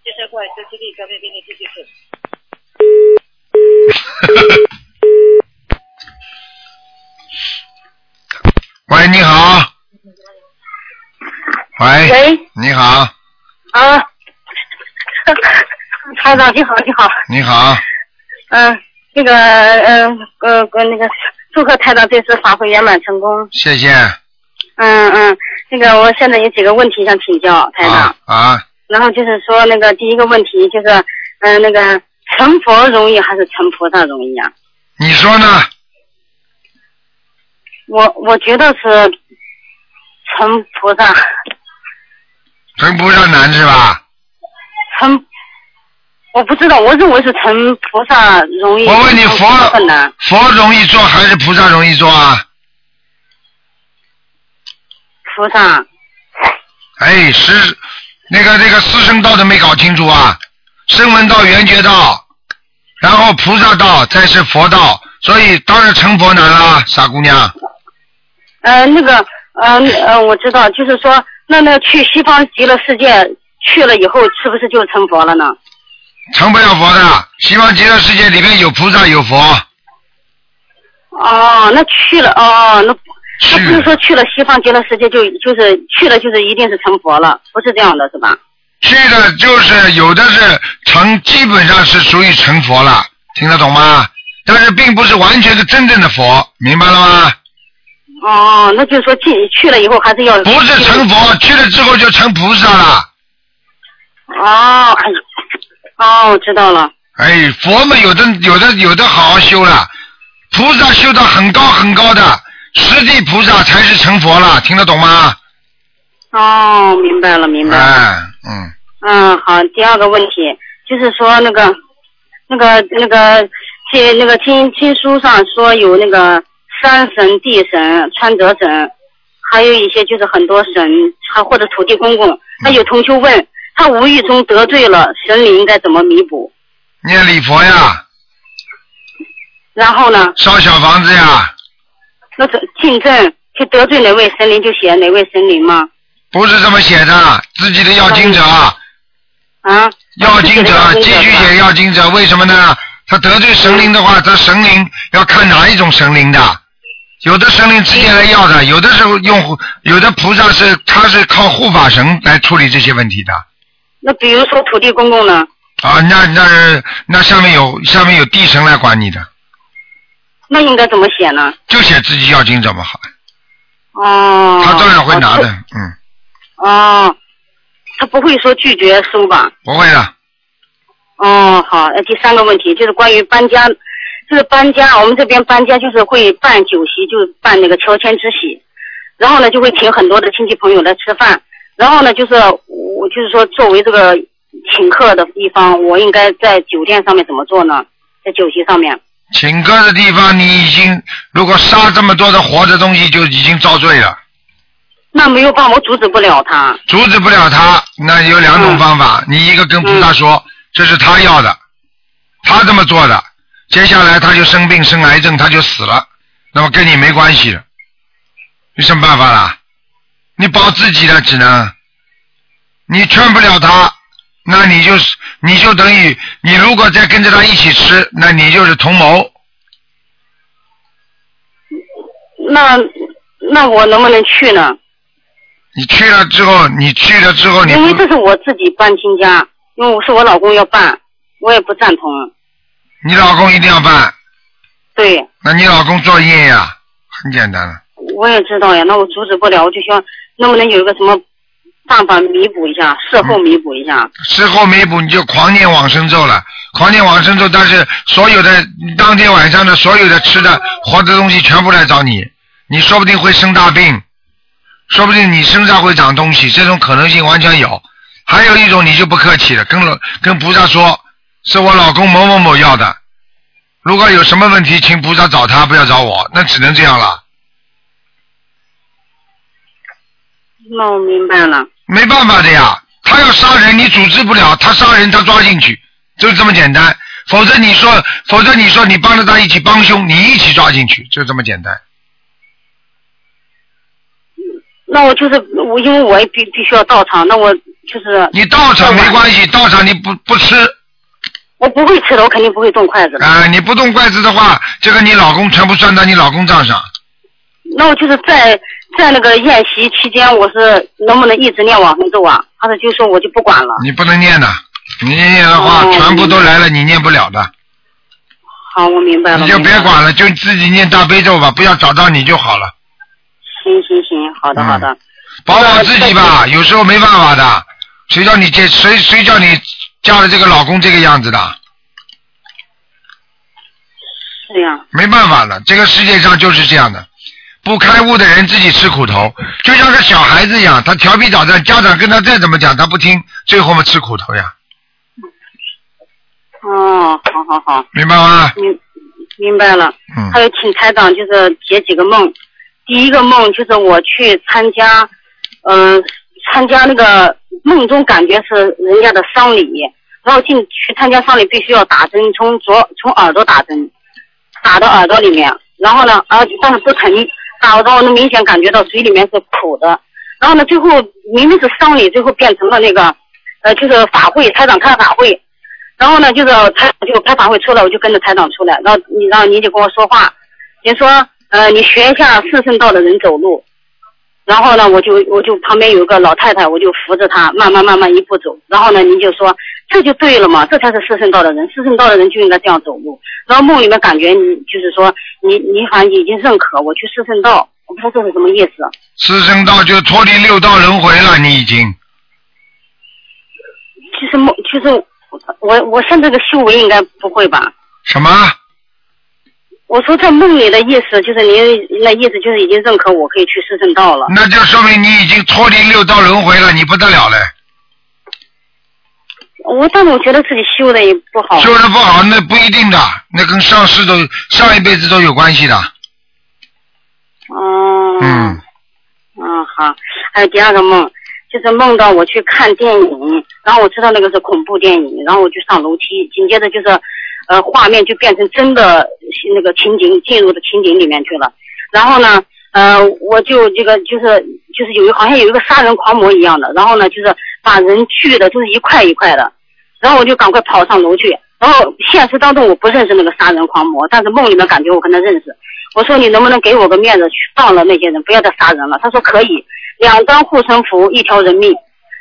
Speaker 10: 就是怪兽地里上面给你继续指。
Speaker 2: 喂，你好。喂。
Speaker 11: 喂。
Speaker 2: 你好，
Speaker 11: 啊， 台长你好，你好，
Speaker 2: 你好，
Speaker 11: 嗯、那个，嗯、呃，呃，那个，祝贺台长这次法会圆满成功。
Speaker 2: 谢谢
Speaker 11: 嗯嗯，那个，我现在有几个问题想请教台长，
Speaker 2: 啊。
Speaker 11: 然后就是说，那个第一个问题就是，嗯、那个成佛容易还是成菩萨容易啊？
Speaker 2: 你说呢？
Speaker 11: 我我觉得是成菩萨，
Speaker 2: 成菩萨难是吧？
Speaker 11: 成，我不知道，我认为是成菩萨容易，
Speaker 2: 我问你
Speaker 11: 哎成菩
Speaker 2: 佛
Speaker 11: 萨难。
Speaker 2: 佛容易做还是菩萨容易做啊？
Speaker 11: 菩萨，
Speaker 2: 哎，十那个那个四圣道都没搞清楚啊，声闻道、缘觉道，然后菩萨道，再是佛道，所以当然成佛难啦，傻姑娘。
Speaker 11: 呃，那个，呃呃，我知道，就是说，那那去西方极乐世界去了以后，是不是就成佛了呢？
Speaker 2: 成不了佛的，希望极乐世界里面有菩萨有佛，
Speaker 11: 哦，那去了，哦，那那不是说去了西方极乐世界就就是去了就是一定是成佛了，不是这样的，是吧？
Speaker 2: 去的就是有的是成，基本上是属于成佛了，听得懂吗？但是并不是完全的真正的佛，明白了吗？
Speaker 11: 哦，那就是说进去了以后还是要
Speaker 2: 不是成佛，去了之后就成菩萨了。
Speaker 11: 哦，哎呀，哦，我知道了。
Speaker 2: 哎，佛嘛，有的有的有的好好修了，菩萨修到很高很高的，十地菩萨才是成佛了，听得懂吗？
Speaker 11: 哦，明白了，明白了。
Speaker 2: 哎，嗯，
Speaker 11: 嗯，好，第二个问题就是说那个那个那个经那个经经书上说有那个山神、地神、穿泽神，还有一些就是很多神，还或者土地公公。那有同修问他无意中得罪了神灵，该怎么弥补？
Speaker 2: 念礼佛呀，
Speaker 11: 然后呢，
Speaker 2: 烧小房子呀，
Speaker 11: 那这进正去得罪哪位神灵就写哪位神灵吗？
Speaker 2: 不是这么写的，自己的要经者，
Speaker 11: 啊？
Speaker 2: 要经者
Speaker 11: 哦自
Speaker 2: 继
Speaker 11: 己的
Speaker 2: 续写要经
Speaker 11: 嗯
Speaker 2: 者，为什么呢？他得罪神灵的话，他神灵要看哪一种神灵的，有的神灵直接来要
Speaker 11: 嗯
Speaker 2: 的，有的时候用护有的菩萨是他是靠护法神来处理这些问题的。
Speaker 11: 那比如说土地公公呢？
Speaker 2: 啊，那那那上面有上面有地神来管你的，
Speaker 11: 那应该怎么写呢？
Speaker 2: 就写自己要经怎么好，
Speaker 11: 哦，
Speaker 2: 他照样会拿的
Speaker 11: 哦。，
Speaker 2: 嗯，
Speaker 11: 哦，他不会说拒绝收吧？
Speaker 2: 不会的，
Speaker 11: 哦，好，呃，第三个问题就是关于搬家，就是搬家，我们这边搬家就是会办酒席，就是办那个乔迁之喜，然后呢就会请很多的亲戚朋友来吃饭，然后呢就是我就是说作为这个请客的地方，我应该在酒店上面怎么做呢？在酒席上面，
Speaker 2: 请客的地方你已经如果杀这么多的活的东西就已经遭罪了，
Speaker 11: 那没有办法，我阻止不了他。
Speaker 2: 阻止不了他，那有两种方法，你一个跟菩萨说、这是他要的，他这么做的，接下来他就生病生癌症他就死了，那么跟你没关系了，有什么办法啦？你保自己的只能，你劝不了他，那你就是你就等于你如果再跟着他一起吃，那你就是同谋，
Speaker 11: 那那我能不能去呢？
Speaker 2: 你去了之后，你去了之后你
Speaker 11: 因为
Speaker 2: 不
Speaker 11: 这是我自己搬新家，因为我是我老公要办，我也不赞同。
Speaker 2: 你老公一定要办，
Speaker 11: 对，
Speaker 2: 那你老公作业呀，很简单了。
Speaker 11: 我也知道呀，那我阻止不了，我就希望能不能有一个什么办法弥补一下，事后弥补一下。
Speaker 2: 事后弥补，你就狂念往生咒了。狂念往生咒，但是所有的当天晚上的所有的吃的活的东西全部来找你，你说不定会生大病，说不定你身上会长东西，这种可能性完全有。还有一种你就不客气了，跟老跟菩萨说，是我老公某某某要的，如果有什么问题，请菩萨找他，不要找我，那只能这样了，
Speaker 11: 那我明白了。
Speaker 2: 没办法的呀。他要杀人，你阻止不了，他杀人他抓进去，就这么简单。否则你说，否则你说你帮着他一起帮凶，你一起抓进去，就这么简单。
Speaker 11: 那我就是我，因为我也必必须要到场，那我就是
Speaker 2: 你到场没关系，到场你不不吃
Speaker 11: 我不会吃的，我肯定不会动筷子的。
Speaker 2: 啊、你不动筷子的话，这个你老公全部算到你老公账上。
Speaker 11: 那我就是在在那个宴席期间，我是能不能一直念往生咒啊？他说就说我就不管了。
Speaker 2: 你不能念的，你念的话、
Speaker 11: 哦
Speaker 2: 全部都来了，你念不了的，
Speaker 11: 好，我明白了。
Speaker 2: 你就
Speaker 11: 明白
Speaker 2: 别管了，就自己念大悲咒吧，不要找到你就好了，
Speaker 11: 行行行，好的好的。
Speaker 2: 保好自己吧。有时候没办法的，谁叫你这谁谁叫你嫁了这个老公这个样子的，
Speaker 11: 是呀，
Speaker 2: 没办法的，这个世界上就是这样的。不开悟的人自己吃苦头，就像个小孩子一样，他调皮捣蛋，家长跟他再怎么讲，他不听，最后嘛吃苦头呀，
Speaker 11: 哦，好好好，
Speaker 2: 明白吗？
Speaker 11: 明明白了。
Speaker 2: 嗯
Speaker 11: 还有请台长就是解几个梦，第一个梦就是我去参加，嗯、参加那个梦中感觉是人家的丧礼，然后进去参加丧礼必须要打针，从左从耳朵打针，打到耳朵里面，然后呢，啊，但是不疼，打到能明显感觉到嘴里面是苦的，然后呢，最后明明是丧礼，最后变成了那个，呃，就是法会，台长开法会，然后呢，就是台就开法会出来，我就跟着台长出来，然后你然后你就跟我说话，你说呃，你学一下四圣道的人走路，然后呢，我就我就旁边有一个老太太，我就扶着她慢慢慢慢一步走，然后呢，您就说这就对了嘛，这才是四圣道的人，四圣道的人就应该这样走路。然后梦里面感觉你就是说你你好像已经认可我去四圣道，我不知道这是什么意思。
Speaker 2: 四圣道就脱离六道轮回了，你已经。
Speaker 11: 其实梦其实我我现在的修为应该不会吧？
Speaker 2: 什么？
Speaker 11: 我说这梦里的意思就是您那意思就是已经认可我可以去四圣道了。
Speaker 2: 那就说明你已经脱离六道轮回了，你不得了嘞！
Speaker 11: 我但是我觉得自己修的也不好。
Speaker 2: 修的不好，那不一定的，那跟上世都上一辈子都有关系的。
Speaker 11: 哦。
Speaker 2: 嗯。
Speaker 11: 嗯，好。还有第二个梦，就是梦到我去看电影，然后我知道那个是恐怖电影，然后我就上楼梯，紧接着就是，呃，画面就变成真的那个情景进入的情景里面去了。然后呢，呃，我就这个就是就是有一好像有一个杀人狂魔一样的，然后呢就是把人锯的都是一块一块的，然后我就赶快跑上楼去。然后现实当中我不认识那个杀人狂魔，但是梦里面感觉我跟他认识。我说你能不能给我个面子，去放了那些人，不要再杀人了。他说可以，两张护身符，一条人命。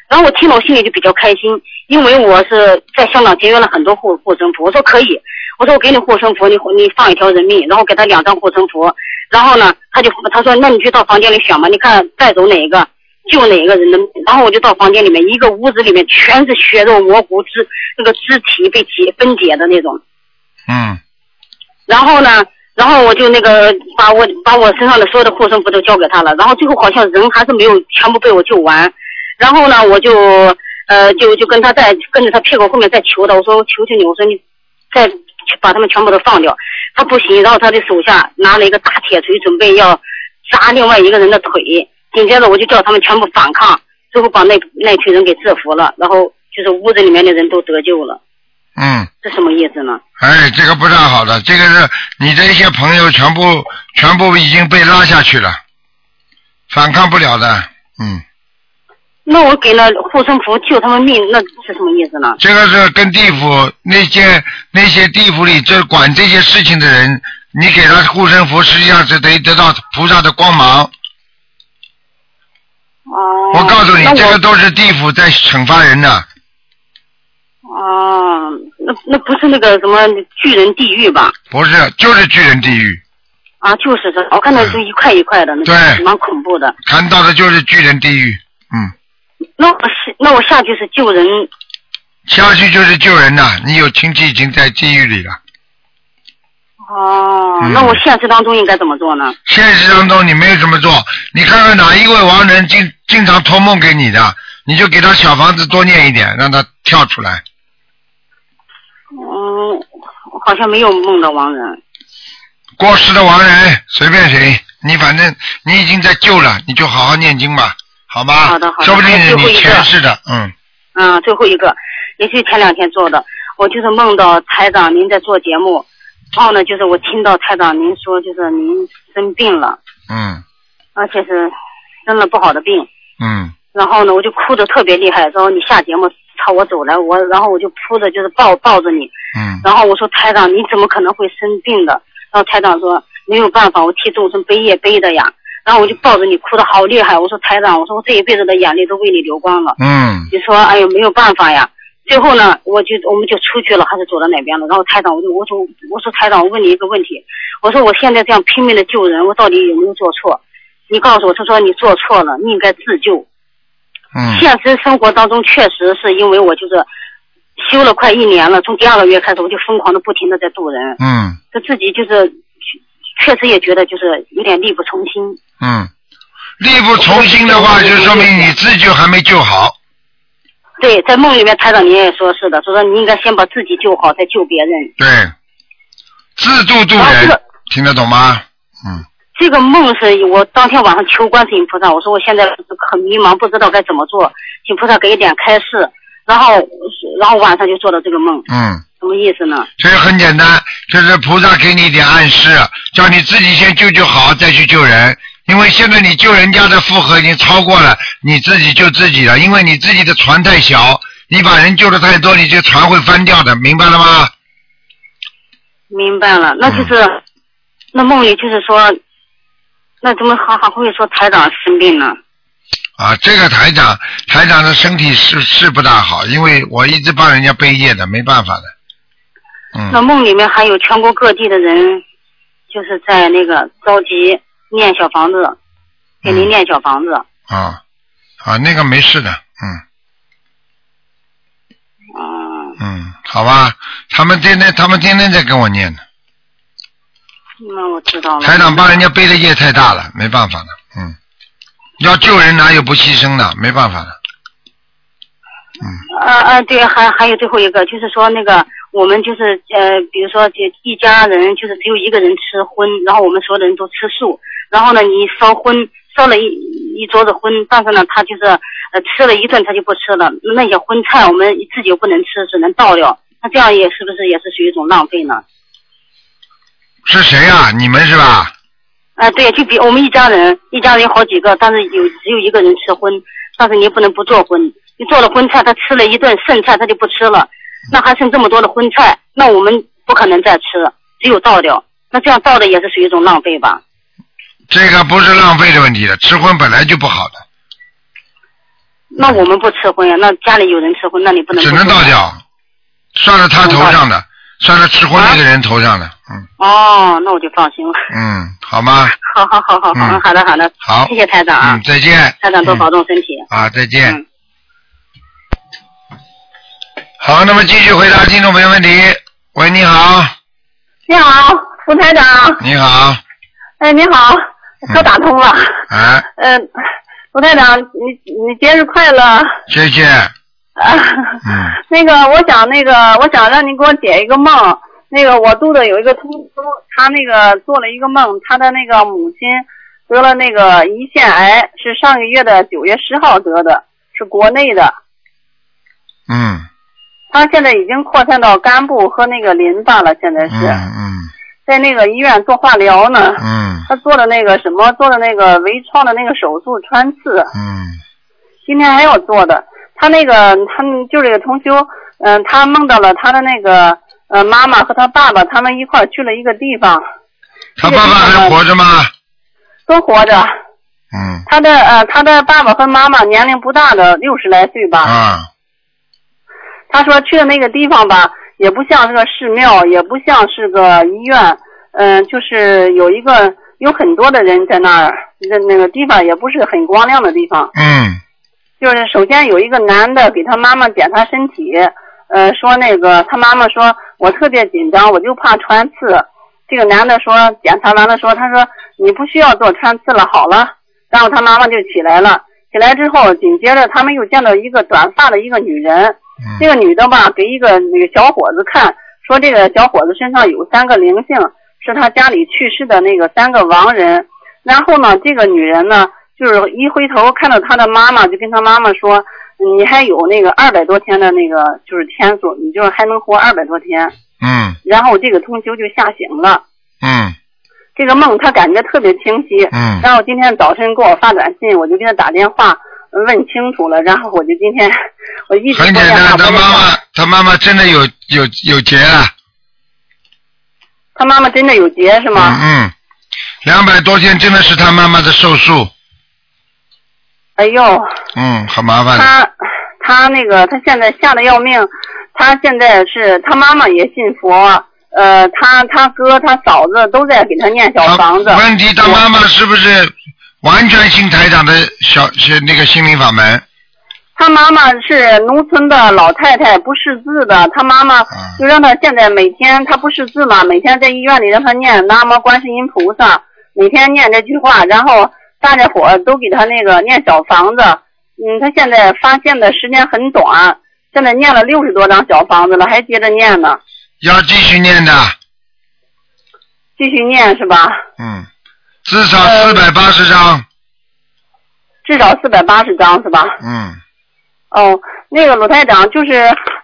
Speaker 11: 然后我听了，我心里就比较开心，因为我是在香港节约了很多护护身符。我说可以，我说我给你护身符，你你放一条人命，然后给他两张护身符。然后呢，他就他说那你就到房间里选吧，你看带走哪一个，救哪一个人的命。然后我就到房间里面，一个屋子里面全是血肉模糊肢那个肢体被解分解的那种。
Speaker 2: 嗯，
Speaker 11: 然后呢，然后我就那个把我把我身上的所有的护身符都交给他了，然后最后好像人还是没有全部被我救完，然后呢，我就呃就就跟他在跟着他屁股后面再求他，我说求求你，我说你再把他们全部都放掉，他不行，然后他的手下拿了一个大铁锤准备要砸另外一个人的腿，紧接着我就叫他们全部反抗，最后把那那群人给制服了，然后就是屋子里面的人都得救了，
Speaker 2: 嗯，
Speaker 11: 这什么意思呢？
Speaker 2: 哎，这个不大好的，这个是你的一些朋友全部全部已经被拉下去了，反抗不了的。嗯，
Speaker 11: 那我给了护身符救他们命，那是什么意思呢？
Speaker 2: 这个是跟地府那些那些地府里这管这些事情的人，你给他护身符，实际上是得得到菩萨的光芒。
Speaker 11: 哦，
Speaker 2: 我告诉你
Speaker 11: 那，
Speaker 2: 这个
Speaker 11: 我
Speaker 2: 都是地府在惩罚人的。
Speaker 11: 哦，那那不是那个什么巨人地狱吧？
Speaker 2: 不是，就是巨人地狱，
Speaker 11: 啊，就是这，我看到就一块一块的，那
Speaker 2: 对
Speaker 11: 蛮恐怖的。
Speaker 2: 谈到的就是巨人地狱。嗯，
Speaker 11: 那我是那我下去是救人，
Speaker 2: 下去就是救人呐、你有亲戚已经在地狱里了，
Speaker 11: 哦，
Speaker 2: 嗯
Speaker 11: 那我现实当中应该怎么做呢？
Speaker 2: 现实当中你没有这么做。你看看哪一位亡人经经常托梦给你的，你就给他小房子多念一点，让他跳出来。
Speaker 11: 嗯，好像没有梦到亡人。
Speaker 2: 过世的亡人随便谁，你反正你已经在救了，你就好好念经吧，好吗？
Speaker 11: 好的好的
Speaker 2: 说不定
Speaker 11: 还有
Speaker 2: 是
Speaker 11: 最后
Speaker 2: 你
Speaker 11: 一个
Speaker 2: 前世的，嗯。
Speaker 11: 嗯，最后一个也是前两天做的，我就是梦到台长您在做节目，然后呢，就是我听到台长您说就是您生病了。
Speaker 2: 嗯，
Speaker 11: 而且是生了不好的病，
Speaker 2: 嗯
Speaker 11: 然后呢，我就哭得特别厉害，然后你下节目朝我走来，我然后我就哭着就是抱抱着你，
Speaker 2: 嗯
Speaker 11: 然后我说台长你怎么可能会生病的？然后台长说没有办法，我替众生背业背的呀。然后我就抱着你哭得好厉害，我说台长，我说我这一辈子的眼泪都为你流光了。
Speaker 2: 嗯
Speaker 11: 你说哎呦没有办法呀。最后呢，我就我们就出去了，还是走到哪边了？然后台长，我就我说我说台长，我问你一个问题，我说我现在这样拼命的救人，我到底有没有做错？你告诉我，他说你做错了，你应该自救。
Speaker 2: 嗯
Speaker 11: 现实生活当中确实是因为我就是修了快一年了，从第二个月开始我就疯狂的不停的在渡人，
Speaker 2: 嗯
Speaker 11: 就自己就是确实也觉得就是有点力不从心。
Speaker 2: 嗯，力不从心的话，就说明你自己就还没救好。
Speaker 11: 对，在梦里面台长您也说是的，说说你应该先把自己救好，再救别人。
Speaker 2: 对，自度度
Speaker 11: 然后这
Speaker 2: 人
Speaker 11: 个，
Speaker 2: 听得懂吗？嗯
Speaker 11: 这个梦是我当天晚上求观世音菩萨，我说我现在很迷茫，不知道该怎么做，请菩萨给一点开示。然后，然后晚上就做了这个梦，
Speaker 2: 嗯，
Speaker 11: 什么意思呢？
Speaker 2: 这个很简单，就是菩萨给你一点暗示，叫你自己先救救好，再去救人。因为现在你救人家的负荷已经超过了你自己救自己了，因为你自己的船太小，你把人救的太多，你这船会翻掉的，明白了吗？
Speaker 11: 明白了，那就是、
Speaker 2: 嗯
Speaker 11: 那梦里就是说，那怎么还还会说台长生病呢？
Speaker 2: 啊，这个台长，台长的身体是是不大好，因为我一直帮人家背业的，没办法的。嗯
Speaker 11: 那梦里面还有全国各地的人，就是在那个着急念小房子，给
Speaker 2: 嗯
Speaker 11: 您念小房子。
Speaker 2: 啊啊，那个没事的，嗯
Speaker 11: 嗯
Speaker 2: 嗯，好吧，他们天天他们天天在跟我念呢，
Speaker 11: 那我知道了。
Speaker 2: 台长帮人家背的业太大了，没办法的，嗯，要救人哪有不牺牲的，没办法的，
Speaker 11: 呃呃，对，还还有最后一个，就是说那个我们就是呃，比如说这一家人就是只有一个人吃荤，然后我们所有的人都吃素，然后呢你烧荤烧了一一桌子荤，但是呢他就是呃吃了一顿他就不吃了，那些荤菜我们自己又不能吃，只能倒掉，那这样也是不是也是属于一种浪费呢？
Speaker 2: 是谁呀、你们是吧？
Speaker 11: 啊、对，就比我们一家人，一家人有好几个，但是有只有一个人吃荤，但是你也不能不做荤。你做了荤菜，他吃了一顿剩菜，他就不吃了，那还剩这么多的荤菜，那我们不可能再吃，只有倒掉。那这样倒的也是属于一种浪费吧？
Speaker 2: 这个不是浪费的问题了，吃荤本来就不好的，
Speaker 11: 那我们不吃荤呀，那家里有人吃荤，那你不能
Speaker 2: 只
Speaker 11: 不
Speaker 2: 能
Speaker 11: 吃
Speaker 2: 倒掉，算在他头上的，算在吃荤那个人头上的，嗯
Speaker 11: 哦，那我就放心了。
Speaker 2: 嗯，好吗？
Speaker 11: 好好好好好，
Speaker 2: 嗯
Speaker 11: 好的好的，
Speaker 2: 好
Speaker 11: 谢谢台长啊，
Speaker 2: 嗯，再见。
Speaker 11: 台长多
Speaker 2: 嗯
Speaker 11: 保重身体。
Speaker 2: 啊，再见。
Speaker 12: 嗯
Speaker 2: 好，那么继续回答听众朋友问题。喂，你好，
Speaker 12: 你好，吴台长，
Speaker 2: 你好，
Speaker 12: 哎，你好，
Speaker 2: 嗯
Speaker 12: 又打通了，
Speaker 2: 哎，
Speaker 12: 嗯、吴台长，你你节日快乐啊！
Speaker 2: 谢谢，嗯
Speaker 12: 那个，我想那个，我想让您给我解一个梦。那个，我住的有一个同修，他那个做了一个梦，他的那个母亲得了那个胰腺癌，是上个月的九月十号得的，是国内的。
Speaker 2: 嗯
Speaker 12: 他现在已经扩散到肝部和那个淋巴了，现在
Speaker 2: 嗯
Speaker 12: 是、
Speaker 2: 嗯
Speaker 12: 在那个医院做化疗呢。
Speaker 2: 嗯
Speaker 12: 他做的那个什么，做的那个微创的那个手术穿刺，
Speaker 2: 嗯
Speaker 12: 今天还有做的。他那个他们就这个同修，嗯、他梦到了他的那个呃妈妈和他爸爸，他们一块儿去了一个地方，
Speaker 2: 他爸爸还活着吗？
Speaker 12: 都活着。
Speaker 2: 嗯
Speaker 12: 他的呃他的爸爸和妈妈年龄不大的，六十来岁吧。
Speaker 2: 啊
Speaker 12: 他说去的那个地方吧，也不像是个寺庙，也不像是个医院，嗯、就是有一个有很多的人在那儿，那那个地方也不是很光亮的地方。
Speaker 2: 嗯
Speaker 12: 就是首先有一个男的给他妈妈检查身体，呃，说那个他妈妈说我特别紧张，我就怕穿刺。这个男的说检查完了说，他说你不需要做穿刺了，好了。然后他妈妈就起来了，起来之后紧接着他们又见到一个短发的一个女人，这个女的吧给一个那个小伙子看，说这个小伙子身上有三个灵性，是他家里去世的那个三个亡人。然后呢，这个女人呢，就是一回头看到她的妈妈，就跟她妈妈说：“你还有那个二百多天的那个就是天数，你就是还能活二百多天。
Speaker 2: 嗯”
Speaker 12: 然后这个同修就吓醒了，
Speaker 2: 嗯
Speaker 12: 这个梦他感觉特别清晰。
Speaker 2: 嗯
Speaker 12: 然后今天早晨给我发短信，我就给他打电话问清楚了，然后我就今天 我一直
Speaker 2: 很
Speaker 12: 拨
Speaker 2: 简
Speaker 12: 电
Speaker 2: 单，他
Speaker 12: 话
Speaker 2: 妈
Speaker 12: 拨电话
Speaker 2: 妈，他妈妈真的有有有劫了，
Speaker 12: 他妈妈真的有劫是吗？
Speaker 2: 嗯，两百多天真的是他妈妈的寿数，
Speaker 12: 哎呦，
Speaker 2: 嗯，很麻烦的。
Speaker 12: 他他那个他现在吓得要命，他现在是他妈妈也信佛，呃，他他哥他嫂子都在给他念小房子。
Speaker 2: 问题他妈妈是不是完全信台长的小是那个心灵法门？
Speaker 12: 他妈妈是农村的老太太，不识字的。他妈妈就让他现在每天他不识字嘛，每天在医院里让他念“南无观世音菩萨”，每天念这句话，然后大家伙儿都给他那个念小房子。嗯，他现在发现的时间很短，现在念了六十多张小房子了，还接着念呢，
Speaker 2: 要继续念的，
Speaker 12: 继续念是吧？
Speaker 2: 嗯，至少
Speaker 12: 嗯
Speaker 2: 四百八十张，
Speaker 12: 至少四百八十张是吧？
Speaker 2: 嗯，
Speaker 12: 哦，那个鲁台长就是，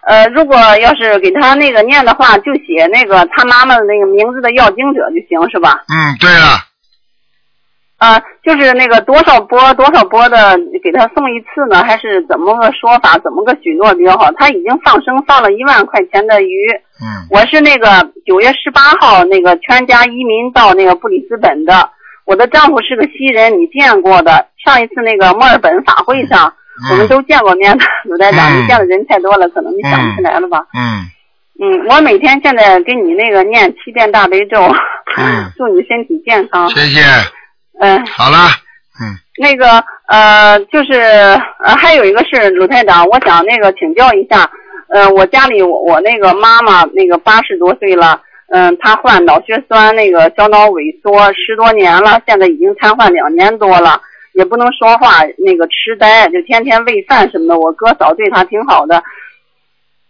Speaker 12: 呃，如果要是给他那个念的话，就写那个他妈妈的那个名字的要经者就行，是吧？
Speaker 2: 嗯，对了，
Speaker 12: 啊、就是那个多少波多少波的给他送一次呢，还是怎么个说法，怎么个许诺比较好？他已经放生放了一万块钱的鱼，
Speaker 2: 嗯，
Speaker 12: 我是那个九月十八号那个全家移民到那个布里斯本的，我的丈夫是个西人，你见过的，上一次那个墨尔本法会上。
Speaker 2: 嗯
Speaker 12: 我们都见过面的，鲁台长，你见的人太多了，可能你想不起来了吧？
Speaker 2: 嗯
Speaker 12: 嗯，我每天现在给你那个念七遍大悲咒，
Speaker 2: 嗯，
Speaker 12: 祝你身体健康。
Speaker 2: 谢谢，
Speaker 12: 嗯、
Speaker 2: 好了，
Speaker 12: 那个呃，就是呃，还有一个是鲁台长，我想那个请教一下，呃，我家里我我那个妈妈那个八十多岁了，嗯、她患脑血栓那个小脑萎缩十多年了，现在已经瘫痪两年多了，也不能说话，那个痴呆，就天天喂饭什么的。我哥嫂对她挺好的，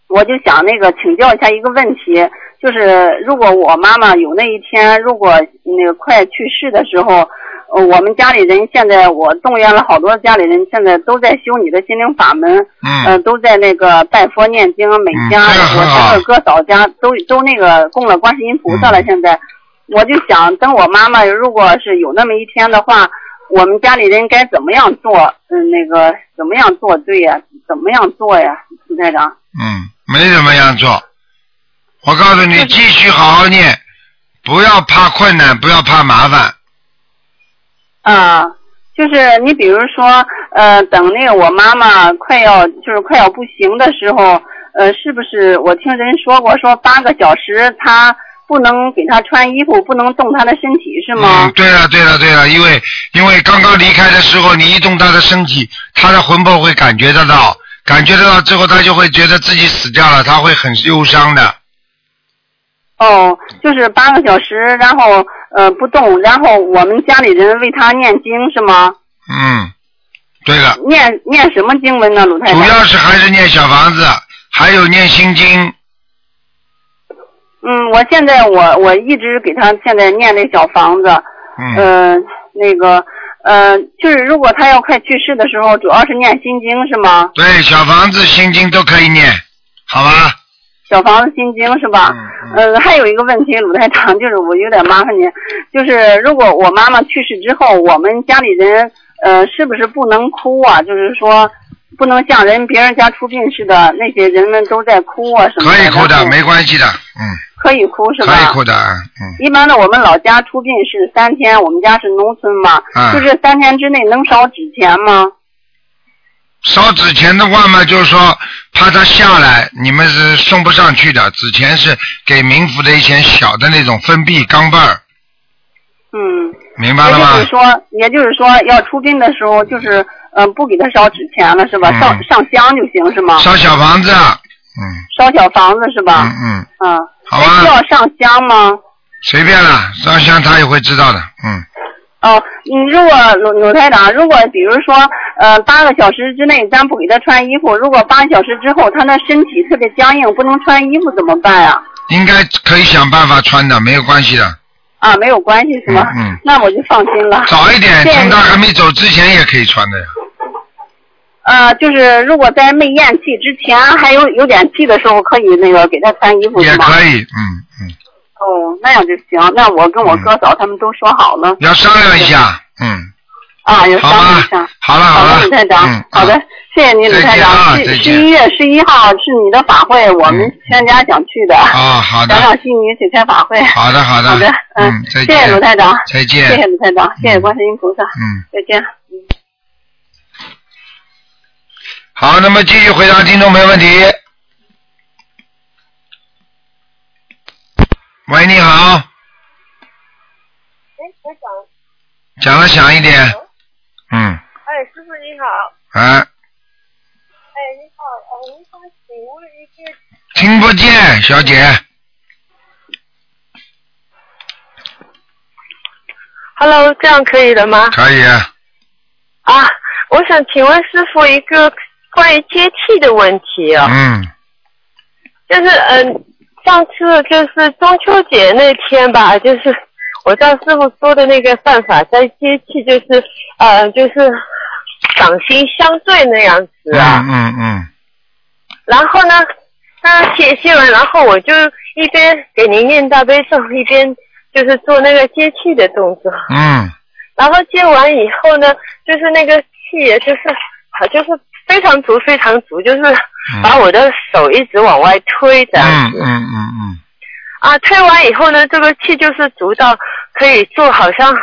Speaker 12: 我就想那个请教一下一个问题，就是如果我妈妈有那一天，如果那个快去世的时候，呃我们家里人现在我动员了好多家里人，现在都在修你的心灵法门，
Speaker 2: 嗯
Speaker 12: 呃都在那个拜佛念经，每家、我家二哥嫂家都都那个供了观世音菩萨了。现在、我就想，等我妈妈如果是有那么一天的话，我们家里人该怎么样做？嗯，那个怎么样做对呀、怎么样做呀，李台长？
Speaker 2: 嗯，没怎么样做。我告诉你，继续好好念，不要怕困难，不要怕麻烦。
Speaker 12: 啊，就是你比如说，呃，等那个我妈妈快要就是快要不行的时候，呃，是不是我听人说过，说八个小时她不能给她穿衣服，不能动她的身体，是吗？
Speaker 2: 嗯，对了，对了，对了，因为因为刚刚离开的时候，你一动他的身体，他的魂魄会感觉得到，感觉得到之后，他就会觉得自己死掉了，他会很忧伤的。
Speaker 12: 哦，就是八个小时，然后呃不动，然后我们家里人为她念经是吗？
Speaker 2: 嗯，对了，
Speaker 12: 念念什么经文呢，鲁太
Speaker 2: 啊主
Speaker 12: 太？
Speaker 2: 要是还是念小房子，还有念心经。
Speaker 12: 嗯，我现在我我一直给他现在念那小房子，
Speaker 2: 嗯
Speaker 12: 呃，那个呃，就是如果他要快去世的时候，主要是念心经是吗？
Speaker 2: 对，小房子、心经都可以念，好吧？
Speaker 12: 小房子心经是吧？嗯、呃，还有一个问题，鲁台长，就是我有点麻烦您，就是如果我妈妈去世之后，我们家里人呃是不是不能哭啊？就是说不能像人别人家出殡似的，那些人们都在哭啊什么的。
Speaker 2: 可以哭
Speaker 12: 然
Speaker 2: 的，
Speaker 12: 后
Speaker 2: 没关系的，嗯，
Speaker 12: 可以哭是吧？
Speaker 2: 可以哭的，嗯。
Speaker 12: 一般的，我们老家出殡是三天，我们家是农村嘛，
Speaker 2: 嗯
Speaker 12: 就是三天之内能烧纸钱吗？
Speaker 2: 烧纸钱的话嘛，就是说怕它下来，你们是送不上去的。纸钱是给冥府的一些小的那种封闭钢镚儿，
Speaker 12: 嗯，
Speaker 2: 明白
Speaker 12: 也
Speaker 2: 了
Speaker 12: 就
Speaker 2: 吗
Speaker 12: 是？说，也就是说，要出殡的时候，就是嗯、呃不给他烧纸钱了，是吧？
Speaker 2: 嗯
Speaker 12: 上上香就行，是吗？
Speaker 2: 烧小房子，啊
Speaker 12: 烧小房子是吧？
Speaker 2: 嗯，
Speaker 12: 嗯，那需要上香吗？
Speaker 2: 随便了，烧香他也会知道的，嗯，
Speaker 12: 哦，你如果鲁鲁台长，如果比如说，呃，八个小时之内咱不给他穿衣服，如果八小时之后他那身体特别僵硬，不能穿衣服怎么办啊呀、
Speaker 2: 应该可以想办法穿的，没有关系的。
Speaker 12: 啊？没有关系是吗？
Speaker 2: 嗯嗯
Speaker 12: 那我就放心了。
Speaker 2: 早一点，
Speaker 12: 谢谢
Speaker 2: 趁他
Speaker 12: 您
Speaker 2: 还没走之前也可以穿的呀。
Speaker 12: 呃，就是如果在没咽气之前还有有点气的时候，可以那个给他穿衣服
Speaker 2: 也
Speaker 12: 是吗？
Speaker 2: 可以，嗯嗯，
Speaker 12: 哦，那样就行。那我跟我哥嫂他们都说好了。
Speaker 2: 嗯要商量一下，嗯，
Speaker 12: 啊，有商量一下。
Speaker 2: 好了
Speaker 12: 好
Speaker 2: 了，
Speaker 12: 鲁台长，好的，谢谢你，鲁
Speaker 2: 再
Speaker 12: 台长。
Speaker 2: 见啊再见
Speaker 12: 十
Speaker 2: 嗯
Speaker 12: 十一月十一号是你的法会，我们全家想去的。
Speaker 2: 啊，好 的
Speaker 12: 想，找悉尼去开法会。
Speaker 2: 好的，好的，
Speaker 12: 好的，
Speaker 2: 嗯，再
Speaker 12: 谢
Speaker 2: 见，
Speaker 12: 谢鲁台长，
Speaker 2: 再见，
Speaker 12: 谢谢鲁台长，谢谢观世音菩萨，
Speaker 2: 嗯，
Speaker 12: 再见。
Speaker 2: 好，那么继续回答听众朋友问题。喂，你好，
Speaker 13: 哎，我想，
Speaker 2: 讲的响一点，嗯，
Speaker 13: 哎，师傅你好，
Speaker 2: 啊，
Speaker 13: 哎，你好，呃，我想请问一个，
Speaker 2: 听不见，小姐，
Speaker 13: Hello，这样可以的吗？
Speaker 2: 可以，
Speaker 13: 啊，我想请问师傅一个关于接气的问题啊，
Speaker 2: 嗯，
Speaker 13: 就是嗯、上次就是中秋节那天吧，就是我照师傅说的那个办法在接气，就是呃，就是掌心相对那样子啊。
Speaker 2: 嗯嗯嗯，
Speaker 13: 然后呢，他写信完，然后我就一边给您念大悲咒，一边就是做那个接气的动作。
Speaker 2: 嗯，
Speaker 13: 然后接完以后呢，就是那个气也就是啊就是非常足非常足，就是把我的手一直往外推的、
Speaker 2: 嗯嗯嗯嗯，
Speaker 13: 啊，推完以后呢，这个气就是足到可以做好像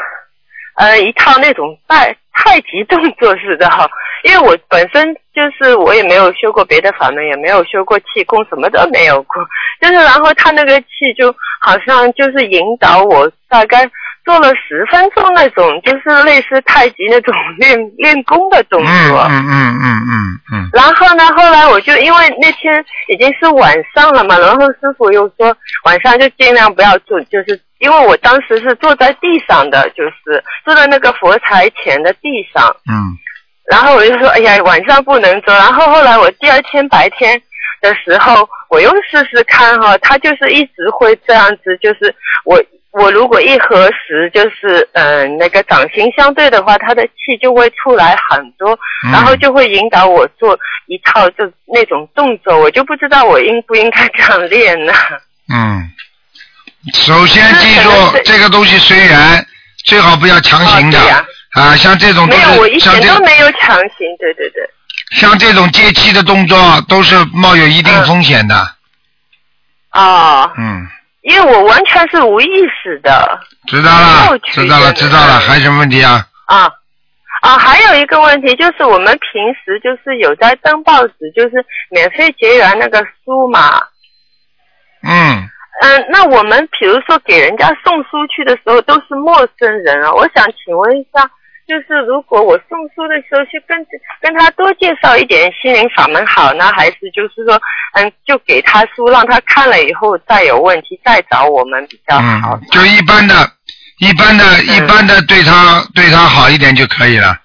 Speaker 13: 呃一套那种太太极动作似的哈。因为我本身就是我也没有修过别的法门，也没有修过气功，什么都没有过。就是然后他那个气就好像就是引导我，大概做了十分钟那种，就是类似太极那种练练功的动作。
Speaker 2: 嗯嗯嗯嗯嗯，
Speaker 13: 然后呢，后来我就因为那天已经是晚上了嘛，然后师傅又说晚上就尽量不要坐，就是因为我当时是坐在地上的，就是坐在那个佛台前的地上。
Speaker 2: 嗯。
Speaker 13: 然后我就说，哎呀，晚上不能坐。然后后来我第二天白天的时候，我又试试看哈，他就是一直会这样子，就是我。我如果一合十，就是嗯、呃那个掌心相对的话，他的气就会出来很多，
Speaker 4: 嗯
Speaker 13: 然后就会引导我做一套就那种动作，我就不知道我应不应该这样练呢？
Speaker 2: 嗯，首先记住 这个东西随缘，最好不要强行的、啊，像这种都
Speaker 13: 哦没有，我一
Speaker 2: 是像
Speaker 13: 点
Speaker 2: 这
Speaker 13: 都没有强行，对对对。
Speaker 2: 像这种接气的动作都是冒有一
Speaker 13: 嗯
Speaker 2: 定风险的，
Speaker 13: 哦，
Speaker 2: 嗯，
Speaker 13: 因为我完全是无意识的
Speaker 2: 知道了
Speaker 13: 有，区别
Speaker 2: 知道了，
Speaker 13: 的
Speaker 2: 知道了，还有什么问题啊？
Speaker 13: 啊。啊，还有一个问题就是，我们平时就是有在登报纸，就是免费结缘那个书嘛。
Speaker 2: 嗯，
Speaker 13: 嗯，那我们比如说给人家送书去的时候都是陌生人啊，我想请问一下，就是如果我送书的时候去跟跟他多介绍一点心灵法门好呢，还是就是说，嗯，就给他书让他看了以后再有问题再找我们比较好？
Speaker 2: 嗯，
Speaker 13: 嗯
Speaker 2: 就一般的、一般的、一般的对他对他好一点就可以了，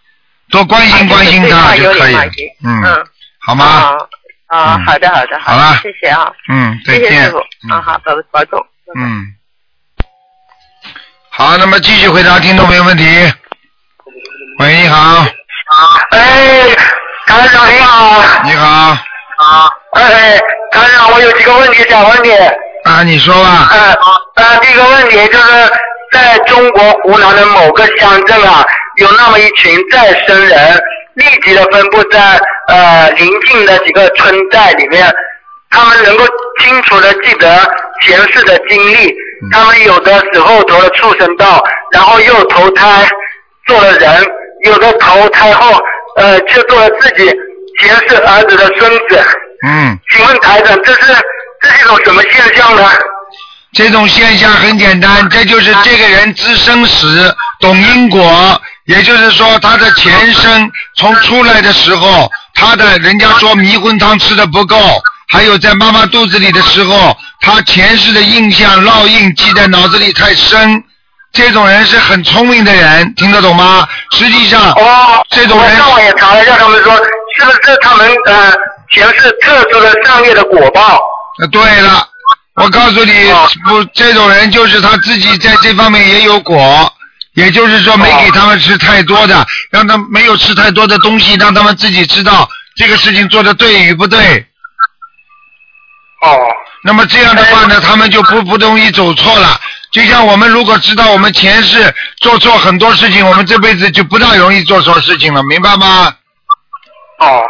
Speaker 2: 多关心关心
Speaker 13: 啊
Speaker 2: 他
Speaker 13: 就是
Speaker 2: 就
Speaker 13: 对他
Speaker 2: 可以
Speaker 13: 有
Speaker 2: 了
Speaker 13: 礼貌一点，
Speaker 2: 嗯，好
Speaker 13: 好
Speaker 2: 吗？
Speaker 13: 啊啊，
Speaker 2: 嗯
Speaker 13: 好的好的
Speaker 2: 好
Speaker 13: 的
Speaker 2: 啦
Speaker 13: 谢谢啊，
Speaker 2: 嗯，再
Speaker 13: 谢谢
Speaker 2: 见
Speaker 13: 师傅，啊，好，保保重。
Speaker 2: 嗯。好，那么继续回答听众朋友问题。喂，你好，
Speaker 4: 哎，台长你好。
Speaker 2: 你好。
Speaker 4: 哎，台长，我有几个问题想问你。
Speaker 2: 啊，你说吧。
Speaker 4: 嗯、呃，第一个问题就是，在中国湖南的某个乡镇啊，有那么一群再生人，密集的分布在呃邻近的几个村寨里面，他们能够清楚的记得前世的经历，他们有的死后投了畜生道，然后又投胎做了人，有的投胎后呃却做了自己前世儿子的孙子。
Speaker 2: 嗯，
Speaker 4: 请问台长，这是这是一种什么现象呢？
Speaker 2: 这种现象很简
Speaker 4: 啊
Speaker 2: 单，这就是这个人知生死，懂因果，也就是说他的前生从出来的时候，他的人家说迷魂汤吃的不够，还有在妈妈肚子里的时候，他前世的印象烙印记在脑子里太深。这种人是很聪明的人，听得懂吗？实际上，
Speaker 4: 哦，
Speaker 2: 这种人
Speaker 4: 我上网也查了一下，他们说是不是他们呃前世特殊的善业的果报？哦
Speaker 2: 呃，对了，我告诉你，不，这种人就是他自己在这方面也有果，也就是说没给他们吃太多的，让他们没有吃太多的东西，让他们自己知道这个事情做的对与不对。
Speaker 4: 哦。
Speaker 2: 那么这样的话呢，他们就不不容易走错了。就像我们如果知道我们前世做错很多事情，我们这辈子就不大容易做错事情了，明白吗？
Speaker 4: 哦。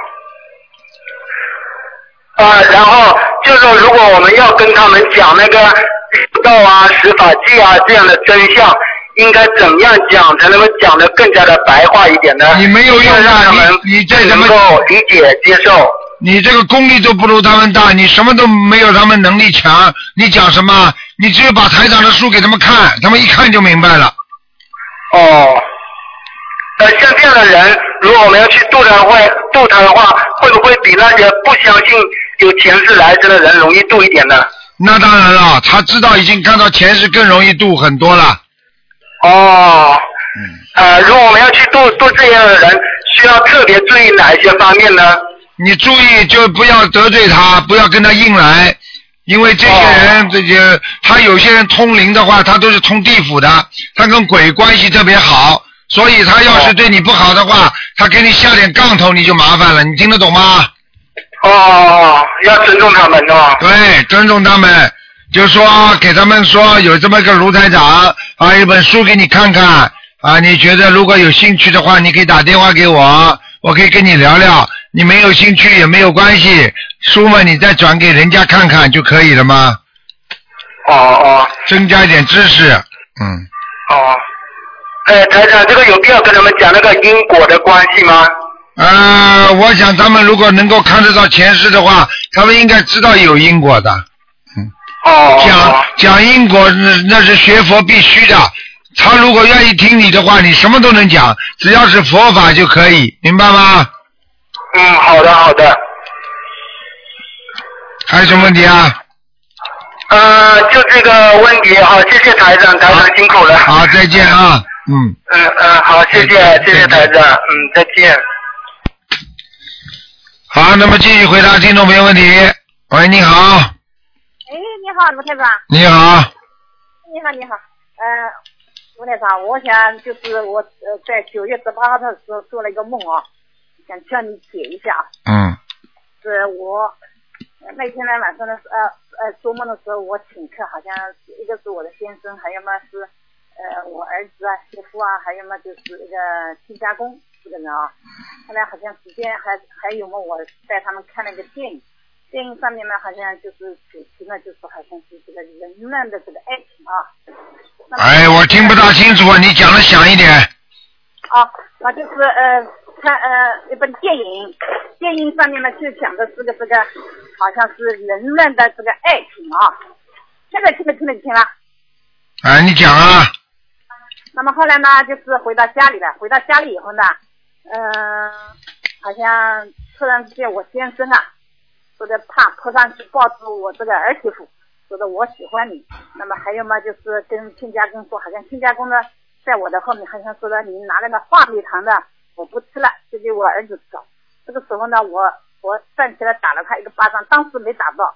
Speaker 4: 啊，然后就是说，如果我们要跟他们讲那个道啊、十法界啊这样的真相，应该怎样讲才能够讲得更加的白话一点呢？
Speaker 2: 你没有用
Speaker 4: 要让
Speaker 2: 啊
Speaker 4: 他们，
Speaker 2: 你你再怎么
Speaker 4: 能够理解接受。
Speaker 2: 你这个功力都不如他们大，你什么都没有他们能力强，你讲什么？你只有把台长的书给他们看，他们一看就明白了。
Speaker 4: 哦。呃，像这样的人，如果我们要去渡他会渡他的话，会不会比那些不相信有前世来生的人容易渡一点呢？
Speaker 2: 那当然了，他知道已经看到前世更容易度很多了。
Speaker 4: 哦，
Speaker 2: 嗯
Speaker 4: 呃，如果我们要去渡渡这样的人，需要特别注意哪一些方面呢？
Speaker 2: 你注意，就不要得罪他，不要跟他硬来，因为这些人，
Speaker 4: 哦
Speaker 2: 这些他有些人通灵的话，他都是通地府的，他跟鬼关系特别好，所以他
Speaker 4: 哦
Speaker 2: 要是对你不好的话，他给你下点杠头，你就麻烦了，你听得懂吗？
Speaker 4: 哦，要尊重他们哦。
Speaker 2: 对，尊重他们，就说啊给他们说有这么个卢台长啊，一本书给你看看啊，你觉得如果有兴趣的话，你可以打电话给我，我可以跟你聊聊。你没有兴趣也没有关系，书嘛你再转给人家看看就可以了吗？
Speaker 4: 哦哦，
Speaker 2: 增加一点知识，嗯，
Speaker 4: 哦，呃，台长，这个有必要跟他们讲那个因果的关系吗？
Speaker 2: 呃，我想他们如果能够看得到前世的话，他们应该知道有因果的。
Speaker 4: 哦，
Speaker 2: 讲讲因果，那那是学佛必须的。他如果愿意听你的话，你什么都能讲，只要是佛法就可以，明白吗？
Speaker 4: 嗯，好的好的。
Speaker 2: 还有什么问题啊？
Speaker 4: 呃，就这个问题，好，谢谢台长，台长辛苦了。
Speaker 2: 好，再见啊，嗯。
Speaker 4: 嗯嗯，好，谢谢谢谢台长，嗯，再见。
Speaker 2: 好，那么继续回答听众朋友问题。喂，你好，
Speaker 14: 哎，你好，卢台长。哎
Speaker 2: 你好，
Speaker 14: 你好，你好。嗯、卢台长，我想就是我呃在九月十八号的时候做了一个梦啊，想叫你解一下啊。
Speaker 2: 嗯
Speaker 14: 是我呃那天呢晚上的时呃呃做梦的时候，我请客，好像一个是我的先生，还有嘛是呃我儿子啊、媳妇啊，还有嘛就是那个亲家公四个人啊。后来好像时间还还有嘛，我带他们看了个电影，电影上面呢好像就是主题呢就是好像是这个人乱的这个爱情啊。
Speaker 2: 哎，我听不大清楚啊，你讲的响一点。
Speaker 14: 啊，我就是呃看呃一本电影，电影上面呢就讲的这个这个好像是人们的这个爱情啊，现在听得听得清了。
Speaker 2: 哎，你讲啊，
Speaker 14: 那么后来呢，就是回到家里了，回到家里以后呢，嗯、好像突然之间我先生啊，说的啪扑上去抱住我这个儿媳妇，说的我喜欢你。那么还有嘛，就是跟亲家公说，好像亲家公呢在我的后面，好像说的你拿了那话梅糖的，我不吃了，就给我儿子找。这个时候呢，我我站起来打了他一个巴掌，当时没打到。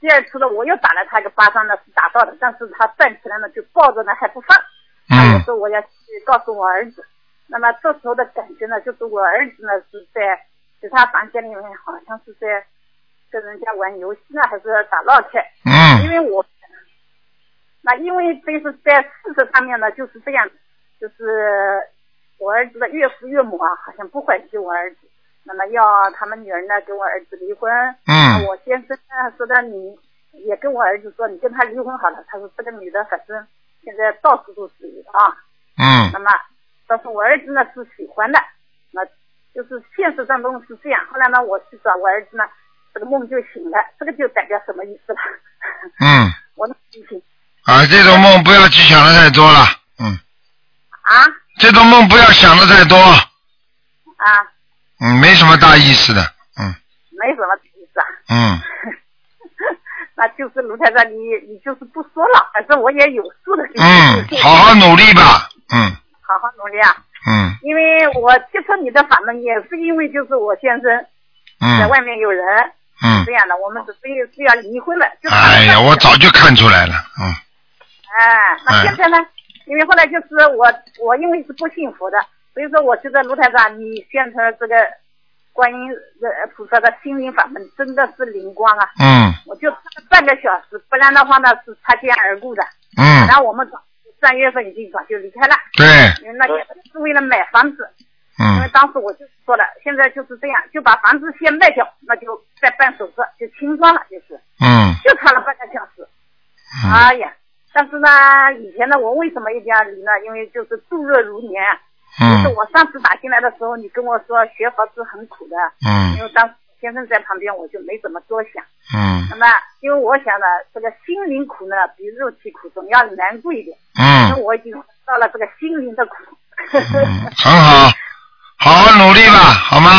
Speaker 14: 第二次呢，我又打了他一个巴掌呢，是打到的，但是他站起来呢就抱着呢还不放。
Speaker 2: 嗯
Speaker 14: 我说我要去告诉我儿子。那么这时候的感觉呢，就是我儿子呢是在其他房间里面，好像是在跟人家玩游戏呢，还是打闹去。
Speaker 2: 嗯
Speaker 14: 因为我那因为这是在事实上面呢就是这样，就是我儿子的岳父岳母啊，好像不欢喜我儿子，那么要他们女儿呢跟我儿子离婚。
Speaker 2: 嗯
Speaker 14: 我先生呢说的你也跟我儿子说你跟他离婚好了，他说这个女的反正现在到处都是啊。
Speaker 2: 嗯
Speaker 14: 那么，但是我儿子呢是喜欢的，那就是现实当中是这样。后来呢，我去找我儿子呢，这个梦就醒了，这个就代表什么意思了？
Speaker 2: 嗯，
Speaker 14: 我能理解
Speaker 2: 啊，这种梦不要去想的太多了，嗯。
Speaker 14: 啊？
Speaker 2: 这种梦不要想的太多，
Speaker 14: 啊，
Speaker 2: 嗯，没什么大意思的，
Speaker 14: 没什么意思啊。
Speaker 2: 嗯。
Speaker 14: 那就是卢台长，你你就是不说了，反正我也有数的。
Speaker 2: 嗯，好好努力吧，嗯
Speaker 14: 好好努力啊！
Speaker 2: 嗯
Speaker 14: 因为我接触你的法门，也是因为就是我先生在
Speaker 2: 嗯
Speaker 14: 外面有人，
Speaker 2: 嗯
Speaker 14: 这样的，我们只是是要离婚了，就是
Speaker 2: 哎呀，我早就看出来了，嗯
Speaker 14: 哎，那
Speaker 2: 哎
Speaker 14: 现在呢？因为后来就是我，我因为是不信佛的，所以说我觉得卢台长，你现成这个观音呃菩萨的心灵法门真的是灵光啊！
Speaker 2: 嗯
Speaker 14: 我就看了半个小时，不然的话呢是擦肩而过的。
Speaker 2: 嗯
Speaker 14: 然后我们早三月份已经早就离开了。
Speaker 2: 对
Speaker 14: 因为那也是为了买房子。因为
Speaker 2: 嗯
Speaker 14: 当时我就说了，现在就是这样，就把房子先卖掉，那就再办首付，就清算了，就是。
Speaker 2: 嗯
Speaker 14: 就看了半个小时。哎呀，但是呢，以前呢，我为什么一定要离呢？因为就是度日如年啊。
Speaker 2: 嗯
Speaker 14: 就是我上次打进来的时候，你跟我说学佛是很苦的。
Speaker 2: 嗯
Speaker 14: 因为当时先生在旁边，我就没怎么多想。
Speaker 2: 嗯
Speaker 14: 那么，因为我想呢，这个心灵苦呢，比肉体苦总要难过一点。
Speaker 2: 嗯
Speaker 14: 因为我已经到了这个心灵的苦。
Speaker 2: 很好，好好努力吧，好吗？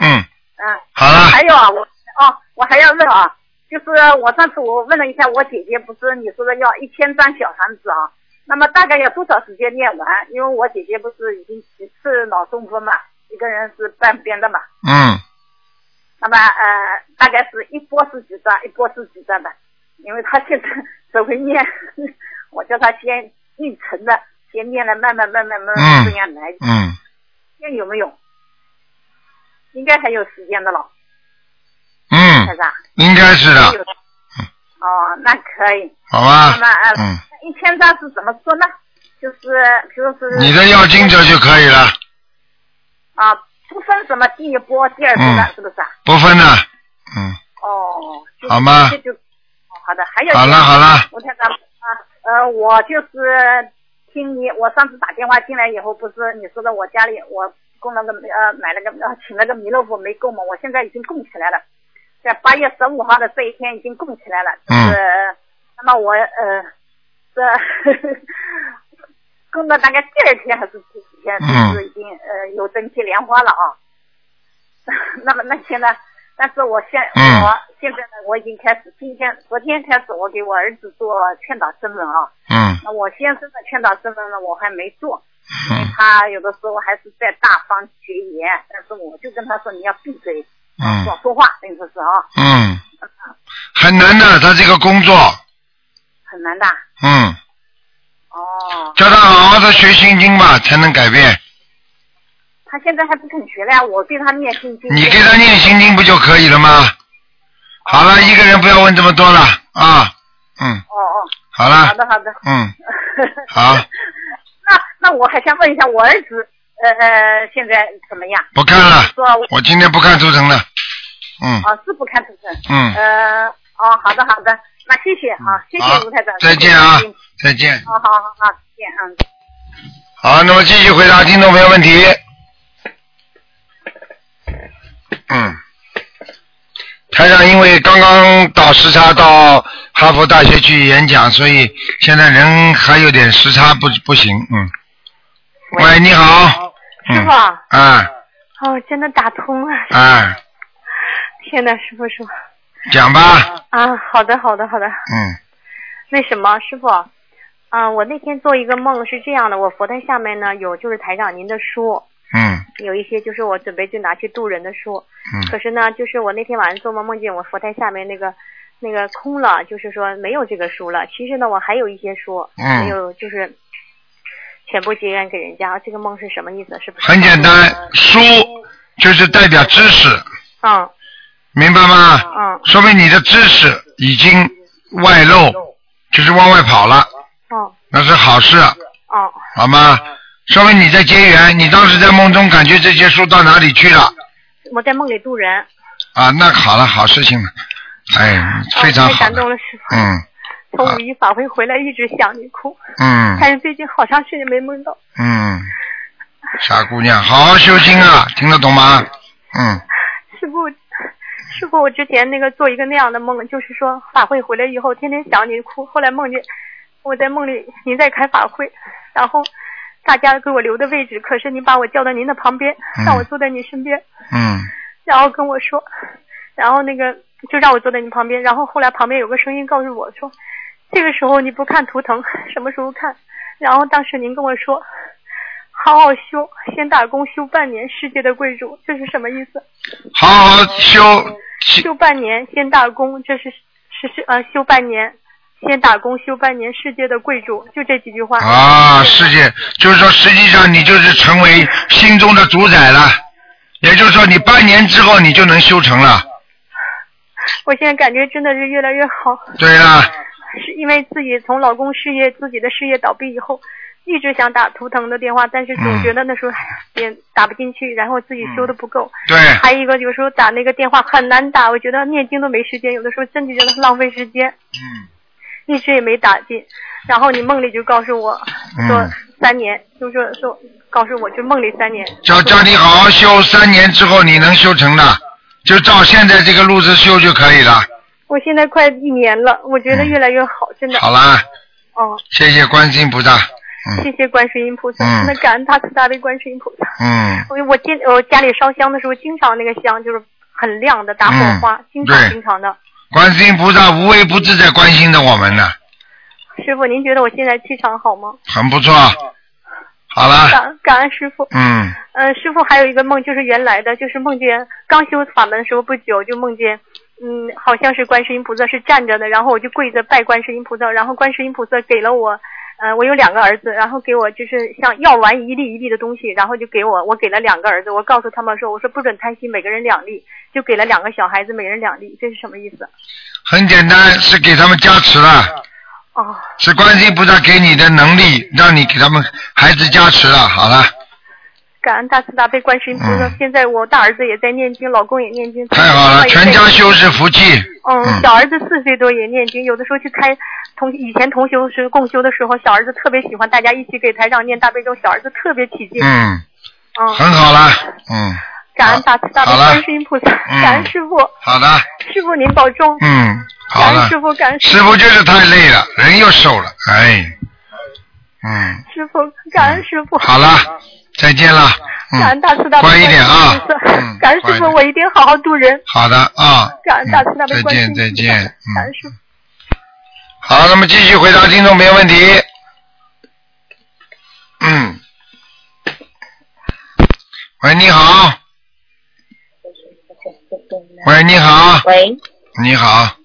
Speaker 2: 嗯
Speaker 14: 嗯，
Speaker 2: 好了
Speaker 14: 还有啊，我哦，我还要问啊，就是我上次我问了一下我姐姐，不是你说的要一千张小房子啊？那么大概要多少时间念完？因为我姐姐不是已经几次脑中风嘛，一个人是半边的嘛。
Speaker 2: 嗯
Speaker 14: 那么呃，大概是一波是几张，一波是几张吧？因为她现在只会念， 我叫她先硬沉的，先念了，慢慢慢慢慢慢这样来，
Speaker 2: 嗯，
Speaker 14: 看有没有？应该还有时间的了。
Speaker 2: 嗯
Speaker 14: 台长，
Speaker 2: 应该是的嗯
Speaker 14: 还有。哦，那可以。
Speaker 2: 好
Speaker 14: 那
Speaker 2: 吧
Speaker 14: 么，呃
Speaker 2: 嗯，
Speaker 14: 一千张是怎么说呢？就是，比如是。
Speaker 2: 你的要经者就可以了，
Speaker 14: 啊，不分什么第一波、第二波的，
Speaker 2: 嗯
Speaker 14: 是不是啊？
Speaker 2: 不分嗯的。
Speaker 14: 哦。就
Speaker 2: 好吗
Speaker 14: 这就，哦好的，还有。
Speaker 2: 好了好了。
Speaker 14: 吴台长啊，呃，我就是听你，我上次打电话进来以后，不是你说的，我家里我供了个呃买了个呃请了个弥勒佛没供嘛，我现在已经供起来了，在八月十五号的这一天已经供起来了，
Speaker 2: 嗯
Speaker 14: 就是、那么我呃这 供到大概第二天还是第几天，
Speaker 2: 嗯
Speaker 14: 就是已经呃有整体莲花了啊。 那么那些呢？但是我现、
Speaker 2: 嗯
Speaker 14: 我现在呢，我已经开始，今天昨天开始，我给我儿子做劝导声文啊。
Speaker 2: 嗯
Speaker 14: 那我先生的劝导声文呢，我还没做，因为
Speaker 2: 嗯
Speaker 14: 他有的时候还是在大方学言，但是我就跟他说你要闭嘴，
Speaker 2: 嗯
Speaker 14: 少说话，等于说是啊，
Speaker 2: 嗯，很难的，他这个工作，
Speaker 14: 很难的。
Speaker 2: 嗯，
Speaker 14: 哦，
Speaker 2: 叫他好好的学心经吧，才能改变。
Speaker 14: 他现在还不肯学嘞，我对他念心经。
Speaker 2: 你给他念心经不就可以了吗？好了，一个人不要问这么多了啊，嗯，
Speaker 14: 哦哦，
Speaker 2: 好了
Speaker 14: 好的好的，
Speaker 2: 嗯，好，
Speaker 14: 那那我还想问一下，我儿子呃呃现在怎么样？
Speaker 2: 不看了
Speaker 14: 说
Speaker 2: 我今天不看图腾了，嗯，
Speaker 14: 哦，是不看图腾。
Speaker 2: 嗯
Speaker 14: 呃，哦，好的好的，那谢谢啊，谢
Speaker 2: 好
Speaker 14: 谢吴台长。
Speaker 2: 再见啊
Speaker 14: 谢谢，
Speaker 2: 再见。
Speaker 14: 好好好好，再见嗯。
Speaker 2: 好，那么继续回答听众朋友问题。嗯，台长因为刚刚到时差到哈佛大学去演讲，所以现在人还有点时差不不行。嗯，喂，你好，
Speaker 15: 师傅，
Speaker 2: 啊
Speaker 15: 哦，真的打通了！
Speaker 2: 啊，
Speaker 15: 天呐，师傅说
Speaker 2: 讲吧，
Speaker 15: 啊，好的，好的，好的。
Speaker 2: 嗯
Speaker 15: 那什么，师傅，啊、我那天做一个梦是这样的，我佛台下面呢有就是台长您的书，
Speaker 2: 嗯
Speaker 15: 有一些就是我准备就拿去渡人的书，
Speaker 2: 嗯
Speaker 15: 可是呢，就是我那天晚上做梦梦见我佛台下面那个那个空了，就是说没有这个书了。其实呢，我还有一些书、
Speaker 2: 嗯
Speaker 15: 没有，就是全部结缘给人家。啊这个梦是什么意思？是不是？
Speaker 2: 很简单，书就是代表知识，
Speaker 15: 嗯
Speaker 2: 明白吗？
Speaker 15: 嗯
Speaker 2: 说明你的知识已经外露，就是往外跑了，
Speaker 15: 哦
Speaker 2: 那是好事。
Speaker 15: 哦
Speaker 2: 好吗？说明你在结缘，你当时在梦中感觉这些书到哪里去了
Speaker 15: 我在梦里渡人，
Speaker 2: 啊？那好了，好事情了，哎，
Speaker 15: 啊
Speaker 2: 非常
Speaker 15: 太
Speaker 2: 好
Speaker 15: 感，动了，师傅。
Speaker 2: 嗯
Speaker 15: 从五一法会回来一直想你哭，
Speaker 2: 嗯
Speaker 15: 但是最近好长时间没梦到。
Speaker 2: 嗯，傻姑娘，好好修心啊，听得懂吗？嗯
Speaker 15: 师傅，师傅，我之前那个做一个那样的梦，就是说法会回来以后，天天想你哭，后来梦见我在梦里您在开法会，然后大家给我留的位置，可是您把我叫到您的旁边，
Speaker 2: 嗯
Speaker 15: 让我坐在你身边，
Speaker 2: 嗯
Speaker 15: 然后跟我说，然后那个就让我坐在你旁边，然后后来旁边有个声音告诉我说，这个时候你不看图腾，什么时候看？然后当时您跟我说，好好修，先打工修半年，世界的贵主，这是什么意思？
Speaker 2: 好好修，
Speaker 15: 修半年先打工，这是是是呃修半年。先打工修半年，世界的贵主，就这几句话。
Speaker 2: 啊，世界就是说，实际上你就是成为心中的主宰了，也就是说，你半年之后你就能修成了。
Speaker 15: 我现在感觉真的是越来越好，
Speaker 2: 对啦，
Speaker 15: 是因为自己从老公事业、自己的事业倒闭以后，一直想打图腾的电话，但是总
Speaker 2: 嗯
Speaker 15: 觉得那时候哎呀也打不进去，然后自己修的不够。
Speaker 2: 对
Speaker 15: 还有一个有时候打那个电话很难打，我觉得念经都没时间，有的时候真的觉得浪费时间，
Speaker 2: 嗯
Speaker 15: 一直也没打进。然后你梦里就告诉我
Speaker 2: 嗯，
Speaker 15: 三年，就说说告诉我就梦里三年。
Speaker 2: 叫叫你好好修，三年之后你能修成的，就照现在这个路子修就可以了。
Speaker 15: 我现在快一年了，我觉得越来越好，真的。
Speaker 2: 嗯好啦，
Speaker 15: 哦，
Speaker 2: 谢谢观世音菩萨。
Speaker 15: 谢
Speaker 2: 嗯
Speaker 15: 谢观世音菩萨，
Speaker 2: 嗯
Speaker 15: 真的感恩大慈大悲观世音菩萨。
Speaker 2: 嗯
Speaker 15: 我我经我家里烧香的时候，经常那个香就是很亮的打火花，
Speaker 2: 嗯
Speaker 15: 经常
Speaker 2: 对
Speaker 15: 经常的。
Speaker 2: 观世音菩萨无微不至在关心着我们呢，
Speaker 15: 师傅，您觉得我现在气场好吗？
Speaker 2: 很不错。好了，
Speaker 15: 感感恩师傅。
Speaker 2: 嗯
Speaker 15: 呃，师傅还有一个梦，就是原来的，就是梦见刚修法门的时候不久，就梦见，嗯，好像是观世音菩萨是站着的，然后我就跪着拜观世音菩萨，然后观世音菩萨给了我，呃，我有两个儿子，然后给我就是像药丸一粒一粒的东西，然后就给我，我给了两个儿子，我告诉他们说，我说不准贪心，每个人两粒，就给了两个小孩子，每人两粒，这是什么意思？
Speaker 2: 很简单，是给他们加持了，
Speaker 15: 哦，
Speaker 2: 是观世音菩萨给你的能力，让你给他们孩子加持了。好了，
Speaker 15: 感恩大慈大悲观世音菩萨。
Speaker 2: 嗯
Speaker 15: 现在我大儿子也在念经，老哦公也念经，
Speaker 2: 太好了，全家修是福气。
Speaker 15: 嗯，小儿子四岁多也念经，有的时候去开同以前同修是共修的时候，小儿子特别喜欢大家一起给台上念大悲咒，小儿子特别起劲。
Speaker 2: 嗯，
Speaker 15: 嗯，
Speaker 2: 很好了，嗯，
Speaker 15: 感恩大慈大悲
Speaker 2: 好了
Speaker 15: 观世音菩萨，
Speaker 2: 嗯
Speaker 15: 感恩师傅，
Speaker 2: 好的，
Speaker 15: 师傅您保重。
Speaker 2: 嗯，好
Speaker 15: 感
Speaker 2: 了
Speaker 15: 恩。师傅，感恩
Speaker 2: 师傅就是太累了，人又瘦了，哎，嗯，
Speaker 15: 师傅，感恩师傅。
Speaker 2: 好了，再见了，
Speaker 15: 感恩
Speaker 2: 嗯，
Speaker 15: 大慈大悲
Speaker 2: 乖
Speaker 15: 观世
Speaker 2: 一
Speaker 15: 音
Speaker 2: 点啊
Speaker 15: 菩萨，
Speaker 2: 嗯
Speaker 15: 感恩
Speaker 2: 乖
Speaker 15: 师傅，
Speaker 2: 一点
Speaker 15: 我一定好好度人。
Speaker 2: 好的啊，
Speaker 15: 感恩大慈大悲
Speaker 2: 再
Speaker 15: 观世音
Speaker 2: 见
Speaker 15: 菩萨
Speaker 2: 再见，
Speaker 15: 感
Speaker 2: 嗯，
Speaker 15: 恩师傅。
Speaker 2: 好，那么继续回答听众朋友问题。嗯，喂，你好，喂，你好，
Speaker 16: 喂，
Speaker 2: 你好，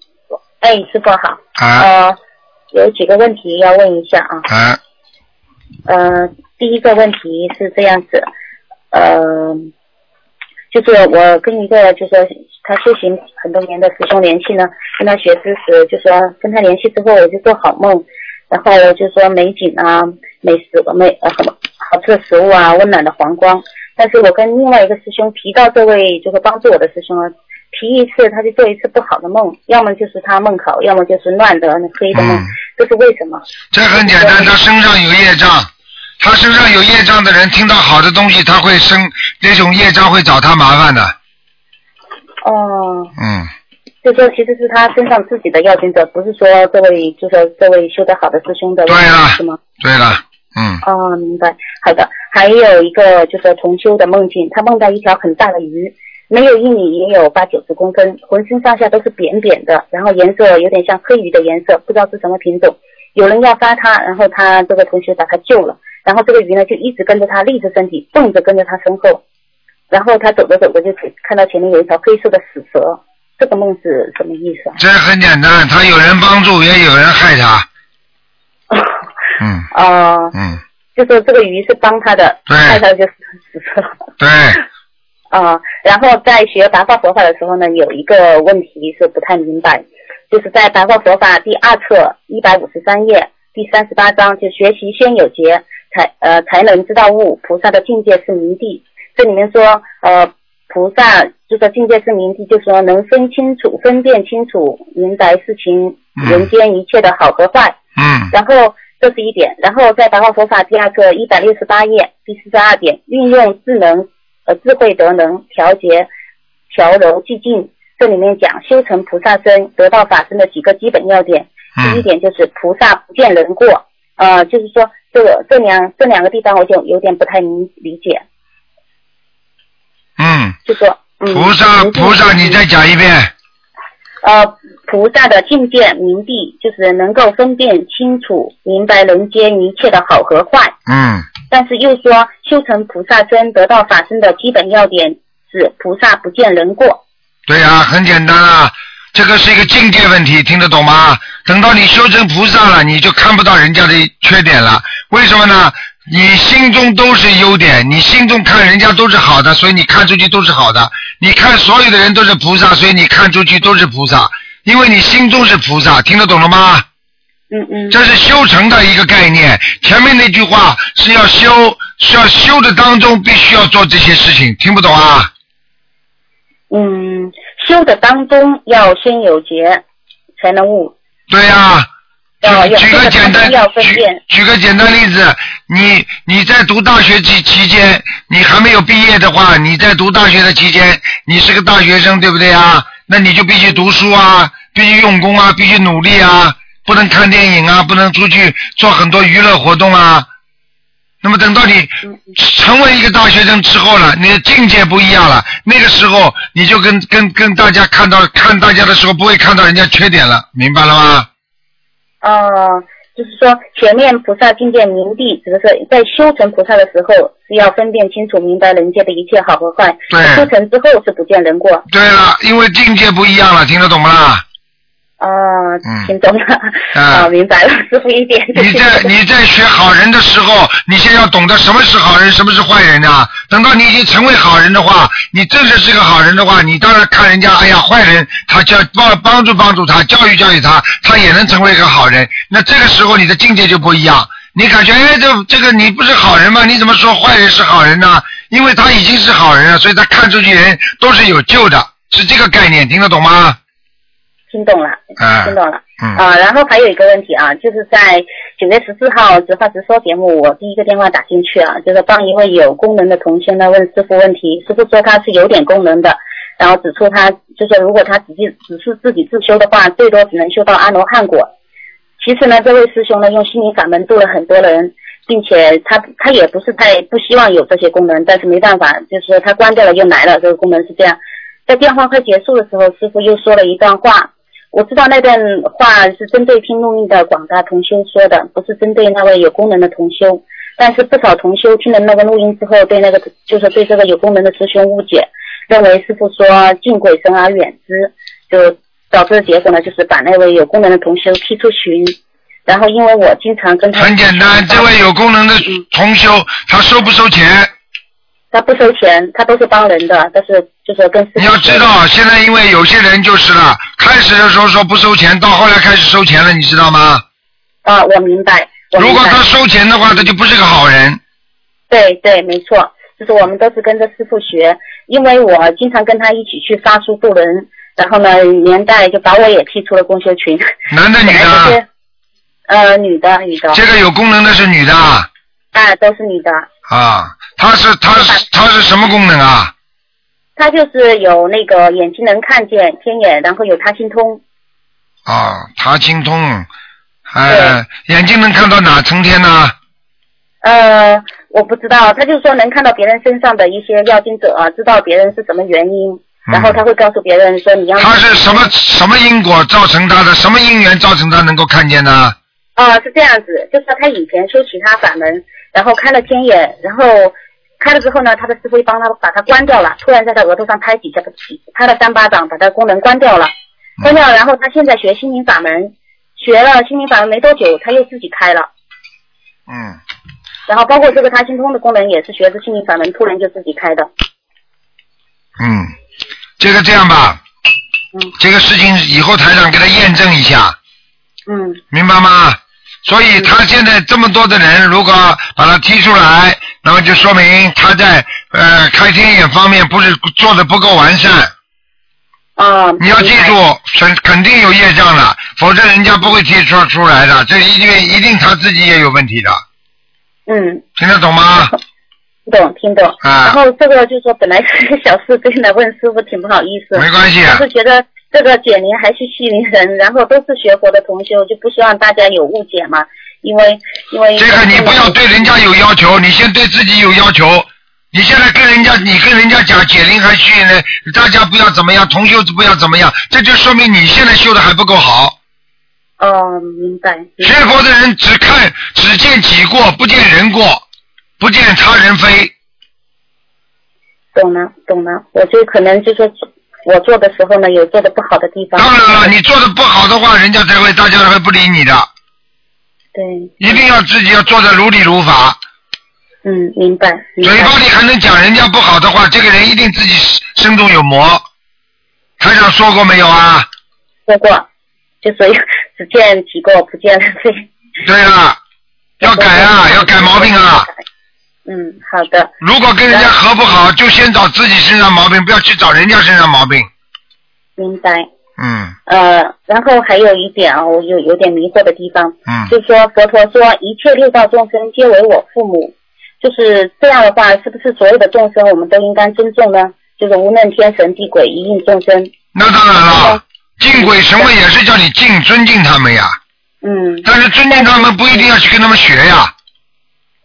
Speaker 16: 哎，师傅好，
Speaker 2: 啊
Speaker 16: 呃，有几个问题要问一下啊，
Speaker 2: 啊，
Speaker 16: 呃，第一个问题是这样子，呃，就是我跟一个就是说他修行很多年的师兄联系呢，跟他学知识，就说跟他联系之后我就做好梦，然后就说美景啊、美食、美呃很好吃的食物啊、温暖的黄光。但是我跟另外一个师兄提到这位就是帮助我的师兄啊，提一次他就做一次不好的梦，要么就是他梦考，要么就是乱的那黑的梦，
Speaker 2: 嗯
Speaker 16: 这是为什么？
Speaker 2: 这很简单，他身上有业障，他身上有业障的人，听到好的东西，他会生这种业障会找他麻烦的，
Speaker 16: 哦、
Speaker 2: 嗯。
Speaker 16: 就说其实是他身上自己的要经者，不是说这位就说这位修得好的师兄的问题是吗？
Speaker 2: 对了，嗯，
Speaker 16: 哦，明白。好的，还有一个就是同修的梦境，他梦到一条很大的鱼，没有一米也有八九十公分，浑身上下都是扁扁的，然后颜色有点像黑鱼的颜色，不知道是什么品种。有人要杀他，然后他这个同学把他救了，然后这个鱼呢就一直跟着他，立着身体蹦着跟着他身后，然后他走着走着就看到前面有一条黑色的死蛇，这个梦是什么意思啊？
Speaker 2: 这很简单，他有人帮助，也有人害他。嗯
Speaker 16: 哦、
Speaker 2: 嗯，
Speaker 16: 就是这个鱼是帮他的，
Speaker 2: 对
Speaker 16: 害他就是死了。
Speaker 2: 对，
Speaker 16: 啊、然后在学白话佛法的时候呢，有一个问题是不太明白，就是在白话佛法第二册一百五十三页第三十八章，就学习先有节，才呃才能知道悟，菩萨的境界是明地。这里面说，呃，菩萨就说境界是明地，就说能分清楚、分辨清楚、明白事情
Speaker 2: 嗯
Speaker 16: 人间一切的好和坏。
Speaker 2: 嗯
Speaker 16: 然后这是一点，然后在《白话佛法》第二册一百六十八页第四十二点，运用智能呃智慧德能调节调柔寂静，这里面讲修成菩萨身、得到法身的几个基本要点。
Speaker 2: 嗯
Speaker 16: 第一点就是菩萨不见人过，呃，就是说这个这两这两个地方我就有点不太理理解，
Speaker 2: 嗯，
Speaker 16: 就说嗯，
Speaker 2: 菩萨
Speaker 16: 明地
Speaker 2: 菩萨，你再讲一遍。
Speaker 16: 呃，菩萨的境界明地，就是能够分辨清楚、明白人间一切的好和坏。
Speaker 2: 嗯
Speaker 16: 但是又说修成菩萨身得到法身的基本要点是菩萨不见人过。
Speaker 2: 对呀、很简单啊，这个是一个境界问题，听得懂吗？等到你修成菩萨了，你就看不到人家的缺点了。为什么呢？你心中都是优点，你心中看人家都是好的，所以你看出去都是好的。你看所有的人都是菩萨，所以你看出去都是菩萨，因为你心中是菩萨，听得懂了吗？
Speaker 16: 嗯嗯。
Speaker 2: 这是修成的一个概念。前面那句话是要修，是要修的当中必须要做这些事情，听不懂啊？
Speaker 16: 嗯，修的当中要先有结，才能悟。
Speaker 2: 对呀、
Speaker 16: 要要
Speaker 2: 举
Speaker 16: 修
Speaker 2: 个
Speaker 16: 的
Speaker 2: 简
Speaker 16: 当
Speaker 2: 单
Speaker 16: 中要分辨。
Speaker 2: 举个简单例子，你你在读大学期期间，你还没有毕业的话，你在读大学的期间，你是个大学生，对不对啊？那你就必须读书啊，必须用功啊，必须努力啊，不能看电影啊，不能出去做很多娱乐活动啊。那么等到你
Speaker 16: 嗯
Speaker 2: 成为一个大学生之后了，你的境界不一样了，那个时候你就跟跟跟大家看到看大家的时候，不会看到人家缺点了，明白了吗？
Speaker 16: 哦，就是说前面菩萨境界明地，只是说在修成菩萨的时候是要分辨清楚、明白人界的一切好和坏。
Speaker 2: 对
Speaker 16: 修成之后是不见人过。
Speaker 2: 对了，因为境界不一样了，听得懂不啦？
Speaker 16: 哦
Speaker 2: 嗯，
Speaker 16: 听懂了。
Speaker 2: 啊
Speaker 16: 哦，明白了，师傅一点。
Speaker 2: 你在你在学好人的时候，你先要懂得什么是好人，什么是坏人呐、等到你已经成为好人的话，你真是是个好人的话，你当然看人家，哎呀，坏人，他教帮帮助帮助他，教育教育他，他也能成为一个好人。那这个时候你的境界就不一样，你感觉哎，这这个你不是好人吗？你怎么说坏人是好人呢、因为他已经是好人了，所以他看出去人都是有救的，是这个概念，听得懂吗？
Speaker 16: 听懂了，
Speaker 2: 啊
Speaker 16: 听懂了。
Speaker 2: 嗯
Speaker 16: 啊，然后还有一个问题啊，就是在九月十四号直话直说节目，我第一个电话打进去啊，就是帮一位有功能的同学呢问师傅问题，师傅说他是有点功能的，然后指出他就说如果他只是只是自己自修的话，最多只能修到阿罗汉果。其实呢，这位师兄呢用心灵法门度了很多人，并且他他也不是太不希望有这些功能，但是没办法，就是说他关掉了又来了，这个功能是这样。在电话快结束的时候，师傅又说了一段话，我知道那段话是针对听录音的广大同修说的，不是针对那位有功能的同修。但是不少同修听了那个录音之后，对那个就是对这个有功能的师兄误解，认为师傅说敬鬼神而远之，就导致的结果呢，就是把那位有功能的同修踢出群。然后因为我经常跟他
Speaker 2: 很简单，这位有功能的
Speaker 16: 嗯
Speaker 2: 同修，他收不收钱？
Speaker 16: 他不收钱，他都是帮人的，但是就是跟师傅
Speaker 2: 你要知
Speaker 16: 嗯
Speaker 2: 道，现在因为有些人就是了，开始的时候说不收钱，到后来开始收钱了，你知道吗？
Speaker 16: 啊，我明白。我明白
Speaker 2: 如果他收钱的话，他就不是个好人。
Speaker 16: 对对，没错，就是我们都是跟着师傅学，因为我经常跟他一起去发书度人，然后呢，连带就把我也踢出了共修群。
Speaker 2: 男的女的啊？
Speaker 16: 呃，女的，女的。
Speaker 2: 这个有功能的是女的啊，
Speaker 16: 啊，都是女的。
Speaker 2: 啊，他是他是他是什么功能啊？
Speaker 16: 她就是有那个眼睛能看见天眼，然后有他心通，
Speaker 2: 啊，他精通，哎，眼睛能看到哪层天呢、
Speaker 16: 呃，我不知道，他就说能看到别人身上的一些要经者啊，知道别人是什么原因，然后他会告诉别人说你要。
Speaker 2: 嗯他是什么什么因果造成他的？什么因缘造成他能够看见呢？
Speaker 16: 啊、是这样子，就是他以前修其他法门，然后开了天眼，然后开了之后呢，他的师傅帮他把他关掉了，突然在他额头上拍几下，拍了三巴掌，把他功能关掉了，关掉了。然后他现在学心灵法门，学了心灵法门没多久，他又自己开了，
Speaker 2: 嗯，
Speaker 16: 然后包括这个他心通的功能也是学着心灵法门，突然就自己开的。
Speaker 2: 嗯，这个这样吧，这个事情以后台长给他验证一下，
Speaker 16: 嗯，
Speaker 2: 明白吗？所以他现在这么多的人，如果把他踢出来，那么就说明他在呃开天眼方面不是做的不够完善。
Speaker 16: 啊，
Speaker 2: 你要记住，肯肯定有业障的，否则人家不会踢出出来的。这一定一定他自己也有问题的，
Speaker 16: 嗯，
Speaker 2: 听得懂吗？
Speaker 16: 听懂听懂。
Speaker 2: 啊
Speaker 16: 然后这个就说本来是个小事，真的问师傅挺不好意思。
Speaker 2: 没关系啊
Speaker 16: 但是觉得这个解铃还须系铃人，然后都是学佛的同修，就不希望大家有误解嘛。因为因为
Speaker 2: 这个你不要对人家有要求，你先对自己有要求。你现在跟人家，你跟人家讲解铃还须系铃，大家不要怎么样，同修不要怎么样，这就说明你现在修的还不够好。
Speaker 16: 哦，明白。
Speaker 2: 学佛的人只看只见己过，不见人过，不见他人非。
Speaker 16: 懂了懂了，我就可能就说我做的时候呢，有做的不好的地方。
Speaker 2: 当然啊了，你做的不好的话，人家才会大家才会不理你的。
Speaker 16: 对。
Speaker 2: 一定要自己要做的如理如法，
Speaker 16: 嗯，明白。明
Speaker 2: 嘴巴里还能讲人家不好的话，这个人一定自己身中有魔。台长说过没有啊？
Speaker 16: 说过，就所以只见提过，不 见对。
Speaker 2: 对啊，要改啊，要改毛病啊。
Speaker 16: 嗯，好的。
Speaker 2: 如果跟人家合不好，就先找自己身上毛病，不要去找人家身上毛病。
Speaker 16: 明白。
Speaker 2: 嗯
Speaker 16: 呃，然后还有一点啊，我有有点迷惑的地方，
Speaker 2: 嗯
Speaker 16: 就说佛陀说一切六道众生皆为我父母，就是这样的话，是不是所有的众生我们都应该尊重呢？就是无论天神地鬼一应众生，
Speaker 2: 那当然了，敬鬼神们也是叫你敬尊敬他们呀。
Speaker 16: 嗯。
Speaker 2: 但是尊敬他们不一定要去跟他们学呀。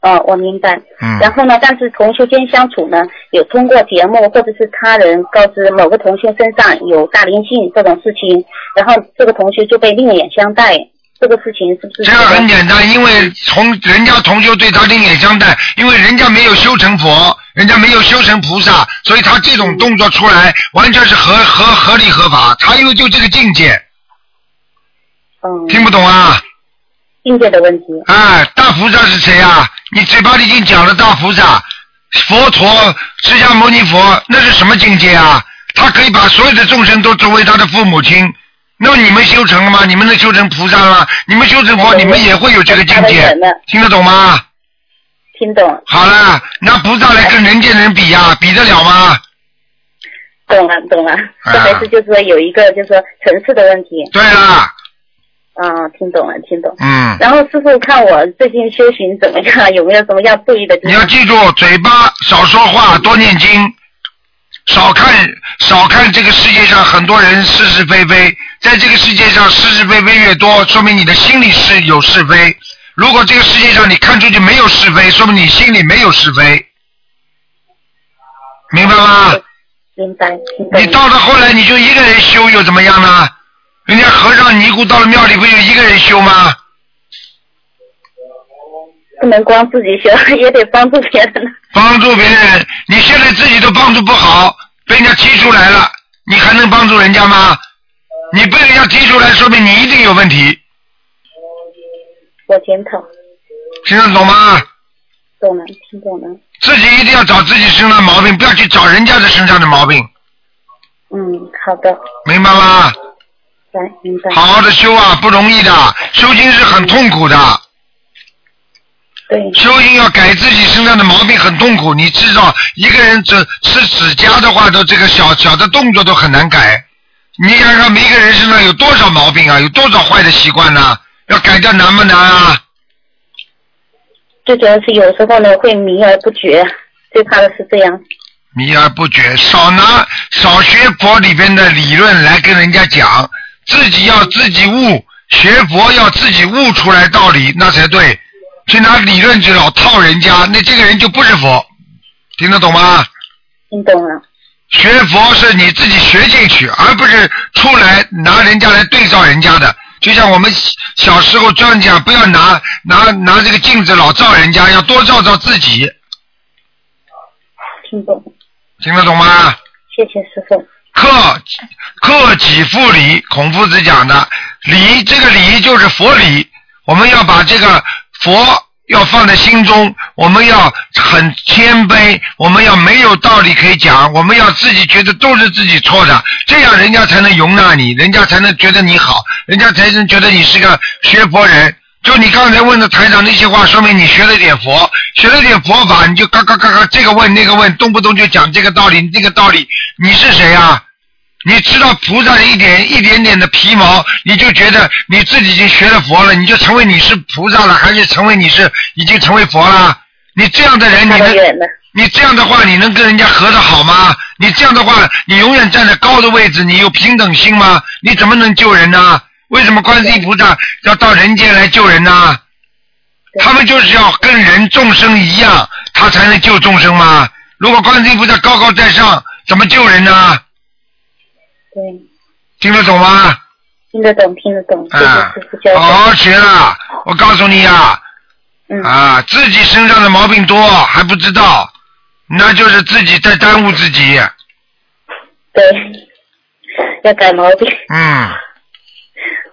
Speaker 16: 哦，我明白。
Speaker 2: 嗯
Speaker 16: 然后呢，但是同修间相处呢，有通过节目或者是他人告知某个同修身上有大灵性这种事情，然后这个同修就被另眼相待，这个事情是不是？
Speaker 2: 这个很简单，因为从人家同修对他另眼相待，因为人家没有修成佛，人家没有修成菩萨，所以他这种动作出来完全是合合合理合法，他又就这个境界。
Speaker 16: 嗯。
Speaker 2: 听不懂啊？
Speaker 16: 境界的问题。
Speaker 2: 哎，大菩萨是谁啊？你嘴巴里已经讲了大菩萨、佛陀、释迦牟尼佛，那是什么境界啊？他可以把所有的众生都作为他的父母亲。那你们修成了吗？你们能修成菩萨了吗？你们修成佛，你们也会有这个境界，听得懂吗？
Speaker 16: 听懂。
Speaker 2: 好了，拿菩萨来跟人间人比呀、比得了吗？
Speaker 16: 懂了，懂了，这还是就是说有一个就是说层次的问题。
Speaker 2: 啊对啦。
Speaker 16: 啊，听懂了，听懂。
Speaker 2: 嗯。
Speaker 16: 然后师傅看我最近修行怎么样，有没有什么要注意的地
Speaker 2: 你要
Speaker 16: 方？
Speaker 2: 记住，嘴巴少说话，多念经，少看少看这个世界上很多人是是非非，在这个世界上是是非非越多，说明你的心里是有是非。如果这个世界上你看出去没有是非，说明你心里没有是非，明白吗？
Speaker 16: 明白。
Speaker 2: 你到了后来，你就一个人修又怎么样呢？人家和尚尼姑到了庙里，不就一个人修吗？
Speaker 16: 不能光自己修， 也得帮助别人。
Speaker 2: 帮助别人，你现在自己都帮助不好，被人家踢出来了，你还能帮助人家吗？你被人家踢出来，说明你一定有问题，
Speaker 16: 我检讨，
Speaker 2: 听得懂吗？
Speaker 16: 懂了，听懂了。
Speaker 2: 自己一定要找自己身上的毛病，不要去找人家的身上的毛病，
Speaker 16: 嗯，好的，
Speaker 2: 明白吗？
Speaker 16: 来，明白。
Speaker 2: 好好的修啊，不容易的，修行是很痛苦的。
Speaker 16: 对。
Speaker 2: 修行要改自己身上的毛病很痛苦，你至少一个人只吃指甲的话，都这个小小的动作都很难改。你想想，每一个人身上有多少毛病啊？有多少坏的习惯呢、要改掉难不难啊？
Speaker 16: 最主要是有时候呢会迷而不觉，最怕的是这样。
Speaker 2: 迷而不觉，少拿少学佛里边的理论来跟人家讲，自己要自己悟，学佛要自己悟出来道理，那才对。去拿理论去老套人家，那这个人就不是佛，听得懂吗？
Speaker 16: 听懂了。
Speaker 2: 学佛是你自己学进去，而不是出来拿人家来对照人家的。就像我们小时候专门讲，不要拿拿拿这个镜子老照人家，要多照照自己，
Speaker 16: 听懂，
Speaker 2: 听得懂吗？
Speaker 16: 谢谢师傅。
Speaker 2: 克克己复礼，孔夫子讲的礼，这个礼就是佛礼，我们要把这个佛要放在心中，我们要很谦卑，我们要没有道理可以讲，我们要自己觉得都是自己错的，这样人家才能容纳你，人家才能觉得你好，人家才能觉得你是个学佛人。就你刚才问的台长那些话，说明你学了点佛，学了点佛法，你就嘎嘎嘎嘎这个问那个问，动不动就讲这个道理那个道理，你是谁啊？你知道菩萨的一点一点点的皮毛，你就觉得你自己已经学了佛了，你就成为你是菩萨了，还是成为你是已经成为佛了？你这样的人，你能你这样的话，你能跟人家合得好吗？你这样的话，你永远站在高的位置，你有平等心吗？你怎么能救人呢？为什么观世音菩萨要到人间来救人呢？他们就是要跟人众生一样，他才能救众生吗？如果观世音菩萨高高在上，怎么救人呢？
Speaker 16: 对，
Speaker 2: 听得懂吗？
Speaker 16: 听得懂，听得懂。谢谢
Speaker 2: 啊
Speaker 16: 师傅教
Speaker 2: 好
Speaker 16: 导。
Speaker 2: 好学啦！我告诉你呀、
Speaker 16: 嗯
Speaker 2: 啊，自己身上的毛病多还不知道，那就是自己在耽误自己。
Speaker 16: 对，要改毛病。
Speaker 2: 嗯，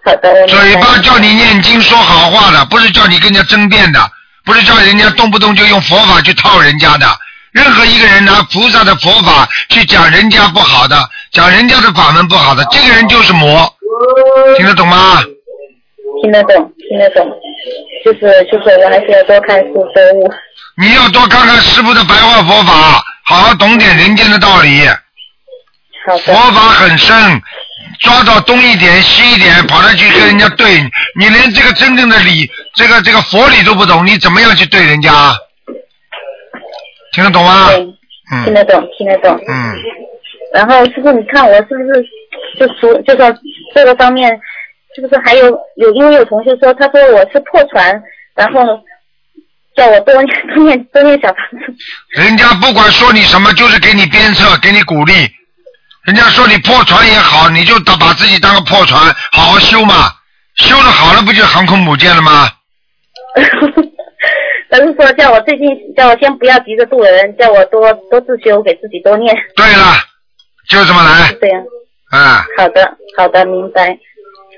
Speaker 16: 好的，我明白
Speaker 2: 嘴巴叫你念经说好话的，不是叫你跟人家争辩的，不是叫人家动不动就用佛法去套人家的。任何一个人拿菩萨的佛法去讲人家不好的，讲人家的法门不好的，这个人就是魔，听得懂吗？
Speaker 16: 听得懂，听得懂，就是就是我还是要多看书多悟。
Speaker 2: 你要多看看师傅的白话佛法，好好懂点人间的道理。佛法很深，抓到东一点西一点，跑来去跟人家对，你连这个真正的理，这个这个佛理都不懂，你怎么样去对人家？听得懂吗？嗯
Speaker 16: 听得懂，听得懂。
Speaker 2: 嗯。
Speaker 16: 然后师傅，你看我是不是就除就说这个方面，是不是还有有因为有同学说，他说我是破船，然后叫我多念多念 多念小房子。
Speaker 2: 人家不管说你什么，就是给你鞭策，给你鼓励。人家说你破船也好，你就把自己当个破船，好好修嘛。修的好了，不就航空母舰了吗？
Speaker 16: 他是说叫我最近叫我先不要急着渡人，叫我多多自修，给自己多念。
Speaker 2: 对了，就这么来
Speaker 16: 是，这样。
Speaker 2: 啊、
Speaker 16: 好的，好的，明白。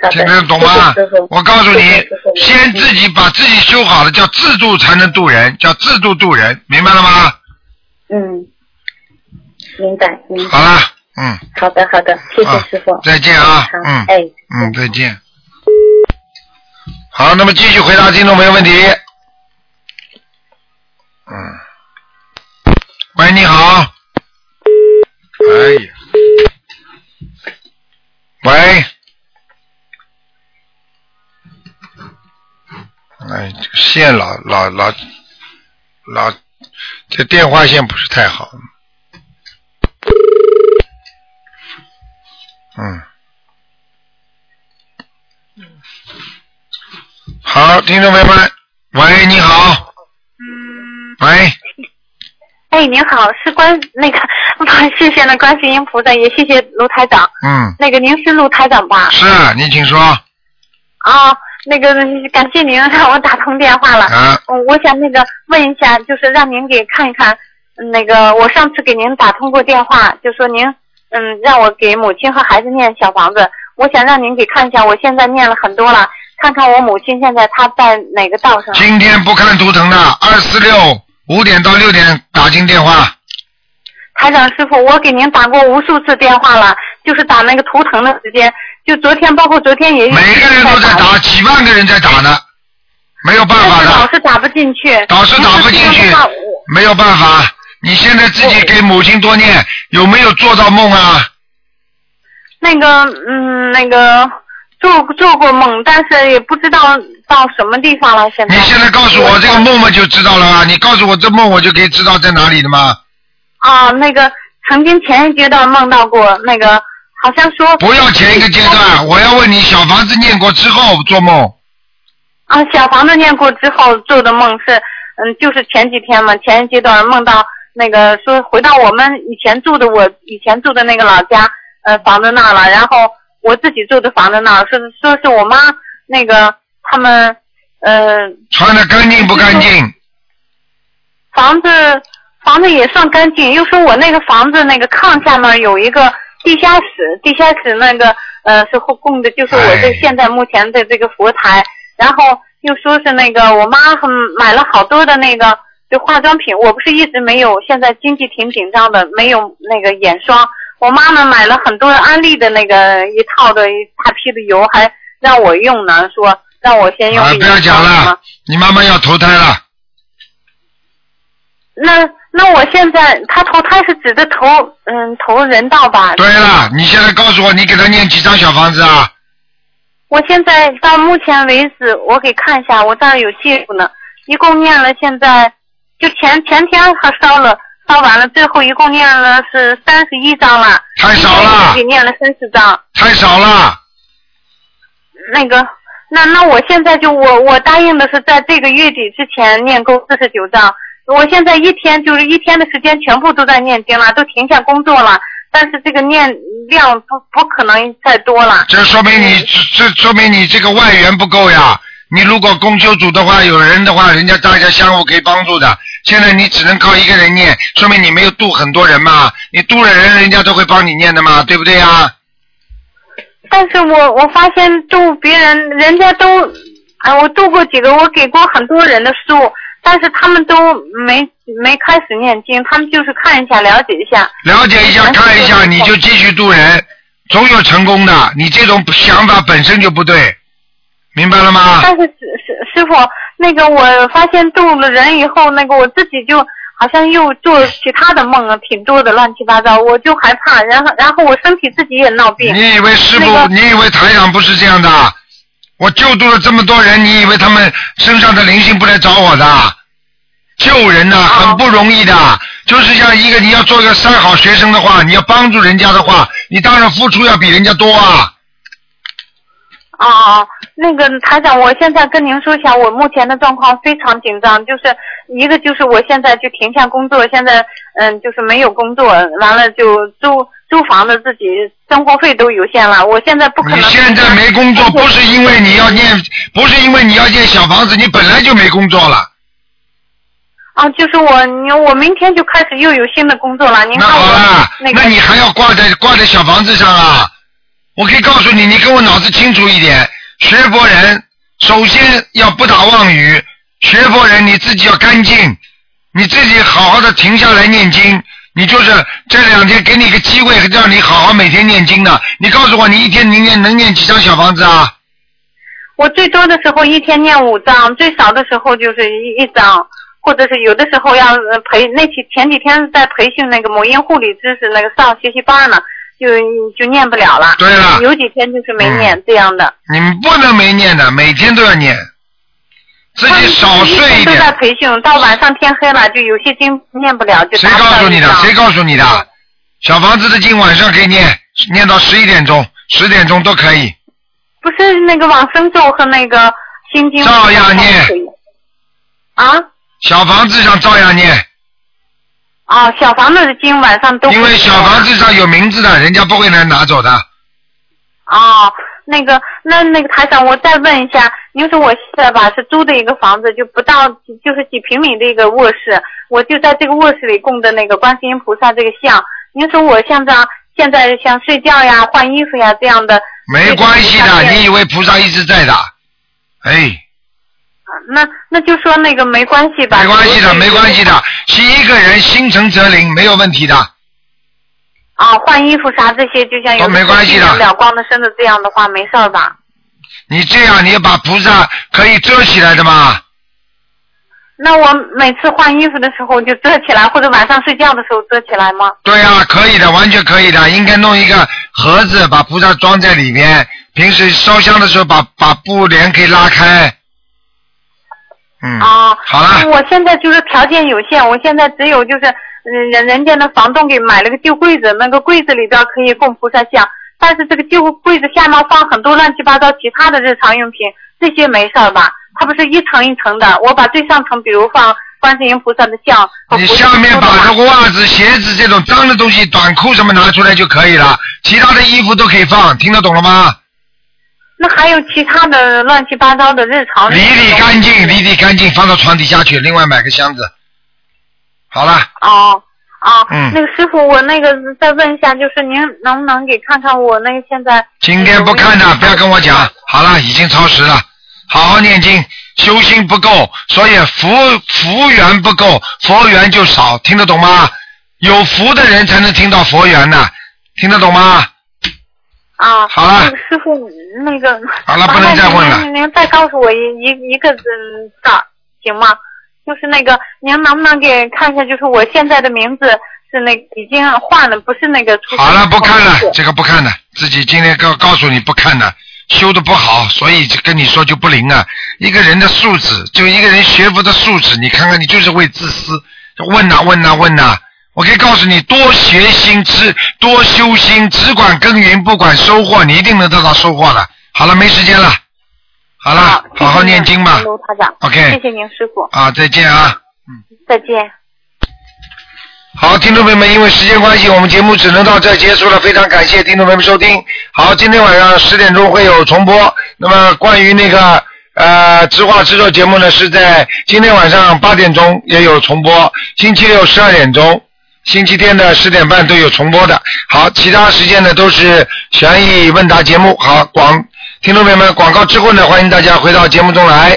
Speaker 16: 好的，
Speaker 2: 听得懂吗
Speaker 16: 谢谢师傅？
Speaker 2: 我告诉你
Speaker 16: 谢谢师傅，
Speaker 2: 先自己把自己修好了，叫自度才能渡人，叫自度渡人，明白了吗？
Speaker 16: 嗯，明白，明白。
Speaker 2: 好了，嗯，
Speaker 16: 好的，好的，谢谢师傅。
Speaker 2: 再见啊
Speaker 16: 好，
Speaker 2: 嗯，
Speaker 16: 哎，
Speaker 2: 嗯，再见。好，那么继续回答听众朋友问题。嗯，喂，你好。哎呀，喂，哎，这个线老老老老，这电话线不是太好。嗯。好，听众朋友们，喂，你好，喂，
Speaker 17: 哎，您好，是关那个， 谢谢那观世音菩萨，也谢谢卢台长。
Speaker 2: 嗯，
Speaker 17: 那个啊您是卢台长吧？
Speaker 2: 是你请说，
Speaker 17: 啊，那个感谢您 让我打通电话了。
Speaker 2: 啊
Speaker 17: 嗯，我想那个问一下，就是让您给看一看，嗯那个我上次给您打通过电话，就说您嗯让我给母亲和孩子念小房子，我想让您给看一下，我现在念了很多了，看看我母亲现在她在哪个道上。
Speaker 2: 今天不看图腾的，二四六五点到六点打进电话，
Speaker 17: 台长师傅，我给您打过无数次电话了，就是打那个图腾的时间，就昨天，包括昨天也每
Speaker 2: 个人都在打，几万个人在打呢，没有办法
Speaker 17: 但是
Speaker 2: 的，
Speaker 17: 老是打不进去，
Speaker 2: 老是打不进去
Speaker 17: 您说这个话我
Speaker 2: 没有办法。你现在自己给母亲多念，有没有做到梦啊？
Speaker 17: 那个，嗯，那个做做过梦，但是也不知道到什么地方了。现在你现
Speaker 2: 在告诉我这个梦嘛就知道了啊！你告诉我这梦，我就可以知道在哪里了吗？
Speaker 17: 啊，那个曾经前一阶段梦到过那个，好像说
Speaker 2: 不要前一个阶段，我要问你，小房子念过之后做梦，
Speaker 17: 啊，小房子念过之后做的梦是，嗯，就是前几天嘛，前一阶段梦到那个说回到我们以前住的我以前住的那个老家，呃，房子那儿了，然后我自己住的房子那儿，说是说是我妈那个他们，呃，
Speaker 2: 穿的干净不干净？
Speaker 17: 房子房子也算干净，又说我那个房子那个炕下面有一个地下室，地下室那个呃是供供的，就是
Speaker 2: 哎
Speaker 17: 我这现在目前的这个佛台，然后又说是那个我妈很买了好多的那个就化妆品，我不是一直没有，现在经济挺紧张的，没有那个眼霜，我妈妈买了很多安利的那个一套的一大批的油，还让我用呢，说让我先用
Speaker 2: 啊，
Speaker 17: 个
Speaker 2: 不要
Speaker 17: 眼
Speaker 2: 讲
Speaker 17: 霜什么
Speaker 2: 了，你妈妈要投胎了，
Speaker 17: 那那我现在他投胎是指的投嗯投人道吧？
Speaker 2: 对了，你现在告诉我，你给她念几张小房子啊？
Speaker 17: 我现在到目前为止，我给看一下，我这儿有记录呢，一共念了现在就前前天还烧了烧完了，最后一共念了是三十一章了。
Speaker 2: 太
Speaker 17: 少了。给念了三十章。
Speaker 2: 太少了。
Speaker 17: 那个，那那我现在就我我答应的是在这个月底之前念够四十九章。我现在一天就是一天的时间全部都在念经了，都停下工作了，但是这个念量不不可能再多 了。
Speaker 2: 这说明你这这说明你这个外援不够呀。你如果公修组的话，有人的话，人家大家相互可以帮助的。现在你只能靠一个人念，说明你没有渡很多人嘛。你渡了人，人家都会帮你念的嘛，对不对呀？
Speaker 17: 但是我我发哎现度别人，人家都，啊，我度过几个，我给过很多人的书，但是他们都没没开始念经，他们就是看一下了解一下。
Speaker 2: 了解一下，看一下，你就继续渡人，总有成功的。你这种想法本身就不对，明白了吗？
Speaker 17: 但是师师师傅，那个我发现动了人以后，那个我自己就好像又做其他的梦啊，挺多的乱七八糟，我就害怕，然后然后我身体自己也闹病。
Speaker 2: 你以为师傅，
Speaker 17: 那个
Speaker 2: 你以为台长不是这样的？我救度了这么多人，你以为他们身上的灵性不来找我的？救人呐、
Speaker 17: 哦
Speaker 2: 很不容易的。就是像一个你要做一个三好学生的话，你要帮助人家的话，你当然付出要比人家多啊。
Speaker 17: 哦哦，那个台长，我现在跟您说一下，我目前的状况非常紧张，就是一个就是我现在就停下工作，现在嗯就是没有工作，完了就租租房子，自己生活费都有限了，我现在不可能。
Speaker 2: 你现在没工作，不是因为你要念，不是因为你要建小房子，你本来就没工作了。
Speaker 17: 啊，就是我你我明天就开始又有新的工作了，您看我那个
Speaker 2: 那你还要挂在挂在小房子上啊？我可以告诉你，你跟我脑子清楚一点。学佛人首先要不打妄语，学佛人你自己要干净，你自己好好的停下来念经。你就是这两天给你一个机会，让你好好每天念经的。你告诉我，你一天能念能念几张小房子啊？
Speaker 17: 我最多的时候一天念五章，最少的时候就是一一章，或者是有的时候要呃培那期前几天在培训那个某音护理知识那个上学习班呢，就就念不了了。
Speaker 2: 对了嗯
Speaker 17: 有几天就是没念、这样的。
Speaker 2: 你们不能没念的，每天都要念，自己少
Speaker 17: 他们
Speaker 2: 睡
Speaker 17: 一
Speaker 2: 一
Speaker 17: 天都在
Speaker 2: 点。
Speaker 17: 培训，到晚上天黑了，就有些经念不了，就嗯
Speaker 2: 谁
Speaker 17: 达不
Speaker 2: 告
Speaker 17: 到
Speaker 2: 诉
Speaker 17: 一
Speaker 2: 你的？
Speaker 17: 章
Speaker 2: 谁告诉你的？小房子的经晚上可以念，念到十一点钟、十点钟都可以。
Speaker 17: 不是那个往生咒和那个心经。
Speaker 2: 照样
Speaker 17: 嗯
Speaker 2: 念。
Speaker 17: 啊？
Speaker 2: 小房子上照样念，
Speaker 17: 哦，小房子的经晚上都。
Speaker 2: 因为小房子上有名字的，人家不会来拿走的。
Speaker 17: 哦，那个，那那个台长，我再问一下，您说我现在吧是租的一个房子，就不到就是几平米的一个卧室，我就在这个卧室里供的那个观世音菩萨这个像。您说我像这样，现在像睡觉呀、换衣服呀这样的，
Speaker 2: 没关系的，你以为菩萨一直在的？哎，
Speaker 17: 那那就说那个没关系吧？
Speaker 2: 没关系的，没关系的。是一个人心诚则灵，没有问题的。
Speaker 17: 啊，换衣服啥这些，就像有
Speaker 2: 都哦没关系的
Speaker 17: 的了光的身子这样的话，没事儿吧？
Speaker 2: 你这样，你把菩萨可以遮起来的吗？
Speaker 17: 那我每次换衣服的时候就遮起来，或者晚上睡觉的时候遮起来吗？
Speaker 2: 对啊，可以的，完全可以的。应该弄一个盒子，把菩萨装在里边。平时烧香的时候把，把布帘可以拉开。嗯，
Speaker 17: 啊，
Speaker 2: 好了。
Speaker 17: 我现在就是条件有限，我现在只有就是，嗯，人人家的房东给买了个旧柜子，那个柜子里边可以供菩萨像，但是这个旧柜子下面放很多乱七八糟其他的日常用品，这些没事儿吧？它不是一层一层的，我把最上层比如放观世音菩萨的像和
Speaker 2: 你
Speaker 17: 菩萨
Speaker 2: 下面
Speaker 17: 像
Speaker 2: 把这个袜子、鞋子这种脏的东西、短裤什么拿出来就可以了，其他的衣服都可以放，听得懂了吗？
Speaker 17: 那还有其他的乱七八糟的日常
Speaker 2: 理理干净，理理干净，放到床底下去，另外买个箱子。好了，
Speaker 17: 哦哦，
Speaker 2: 嗯
Speaker 17: 那个师傅，我那个再问一下，就是您能不能给看看我那个现在
Speaker 2: 今天不看的，不要跟我讲。好了，已经超时了，好好念经，修心不够，所以福福缘不够，佛缘就少，听得懂吗？有福的人才能听到佛缘呢，听得懂吗？
Speaker 17: 啊，
Speaker 2: 好了
Speaker 17: 那个师傅，那个
Speaker 2: 好了
Speaker 17: 麻
Speaker 2: 不能
Speaker 17: 烦
Speaker 2: 再问了
Speaker 17: 您您再告诉我一一一个嗯字儿行吗？就是那个，您能不能给看一下？就是我现在的名字是那已经换了，不是那个出生
Speaker 2: 好了，不看
Speaker 17: 的名
Speaker 2: 了，
Speaker 17: 字
Speaker 2: 这个不看了，自己今天告告诉你不看了，修的不好，所以就跟你说就不灵啊。一个人的素质，就一个人学佛的素质，你看看你就是会自私，问呐、问呐、问呐、我可以告诉你，多学心知，多修心，只管耕耘，不管收获，你一定能得到收获的。好了，没时间了，好了，好好念经吧。
Speaker 17: 卢台长
Speaker 2: OK
Speaker 17: 谢谢您师傅，
Speaker 2: 啊，再见啊。
Speaker 17: 再见。
Speaker 2: 好，听众朋友们，因为时间关系，我们节目只能到这儿结束了。非常感谢听众朋友们收听。好，今天晚上十点钟会有重播。那么关于那个呃直话直说节目呢，是在今天晚上八点钟也有重播，星期六十二点钟，星期天的十点半都有重播的。好，其他时间呢都是悬疑问答节目。好，广听众朋友们，广告之后呢，欢迎大家回到节目中来。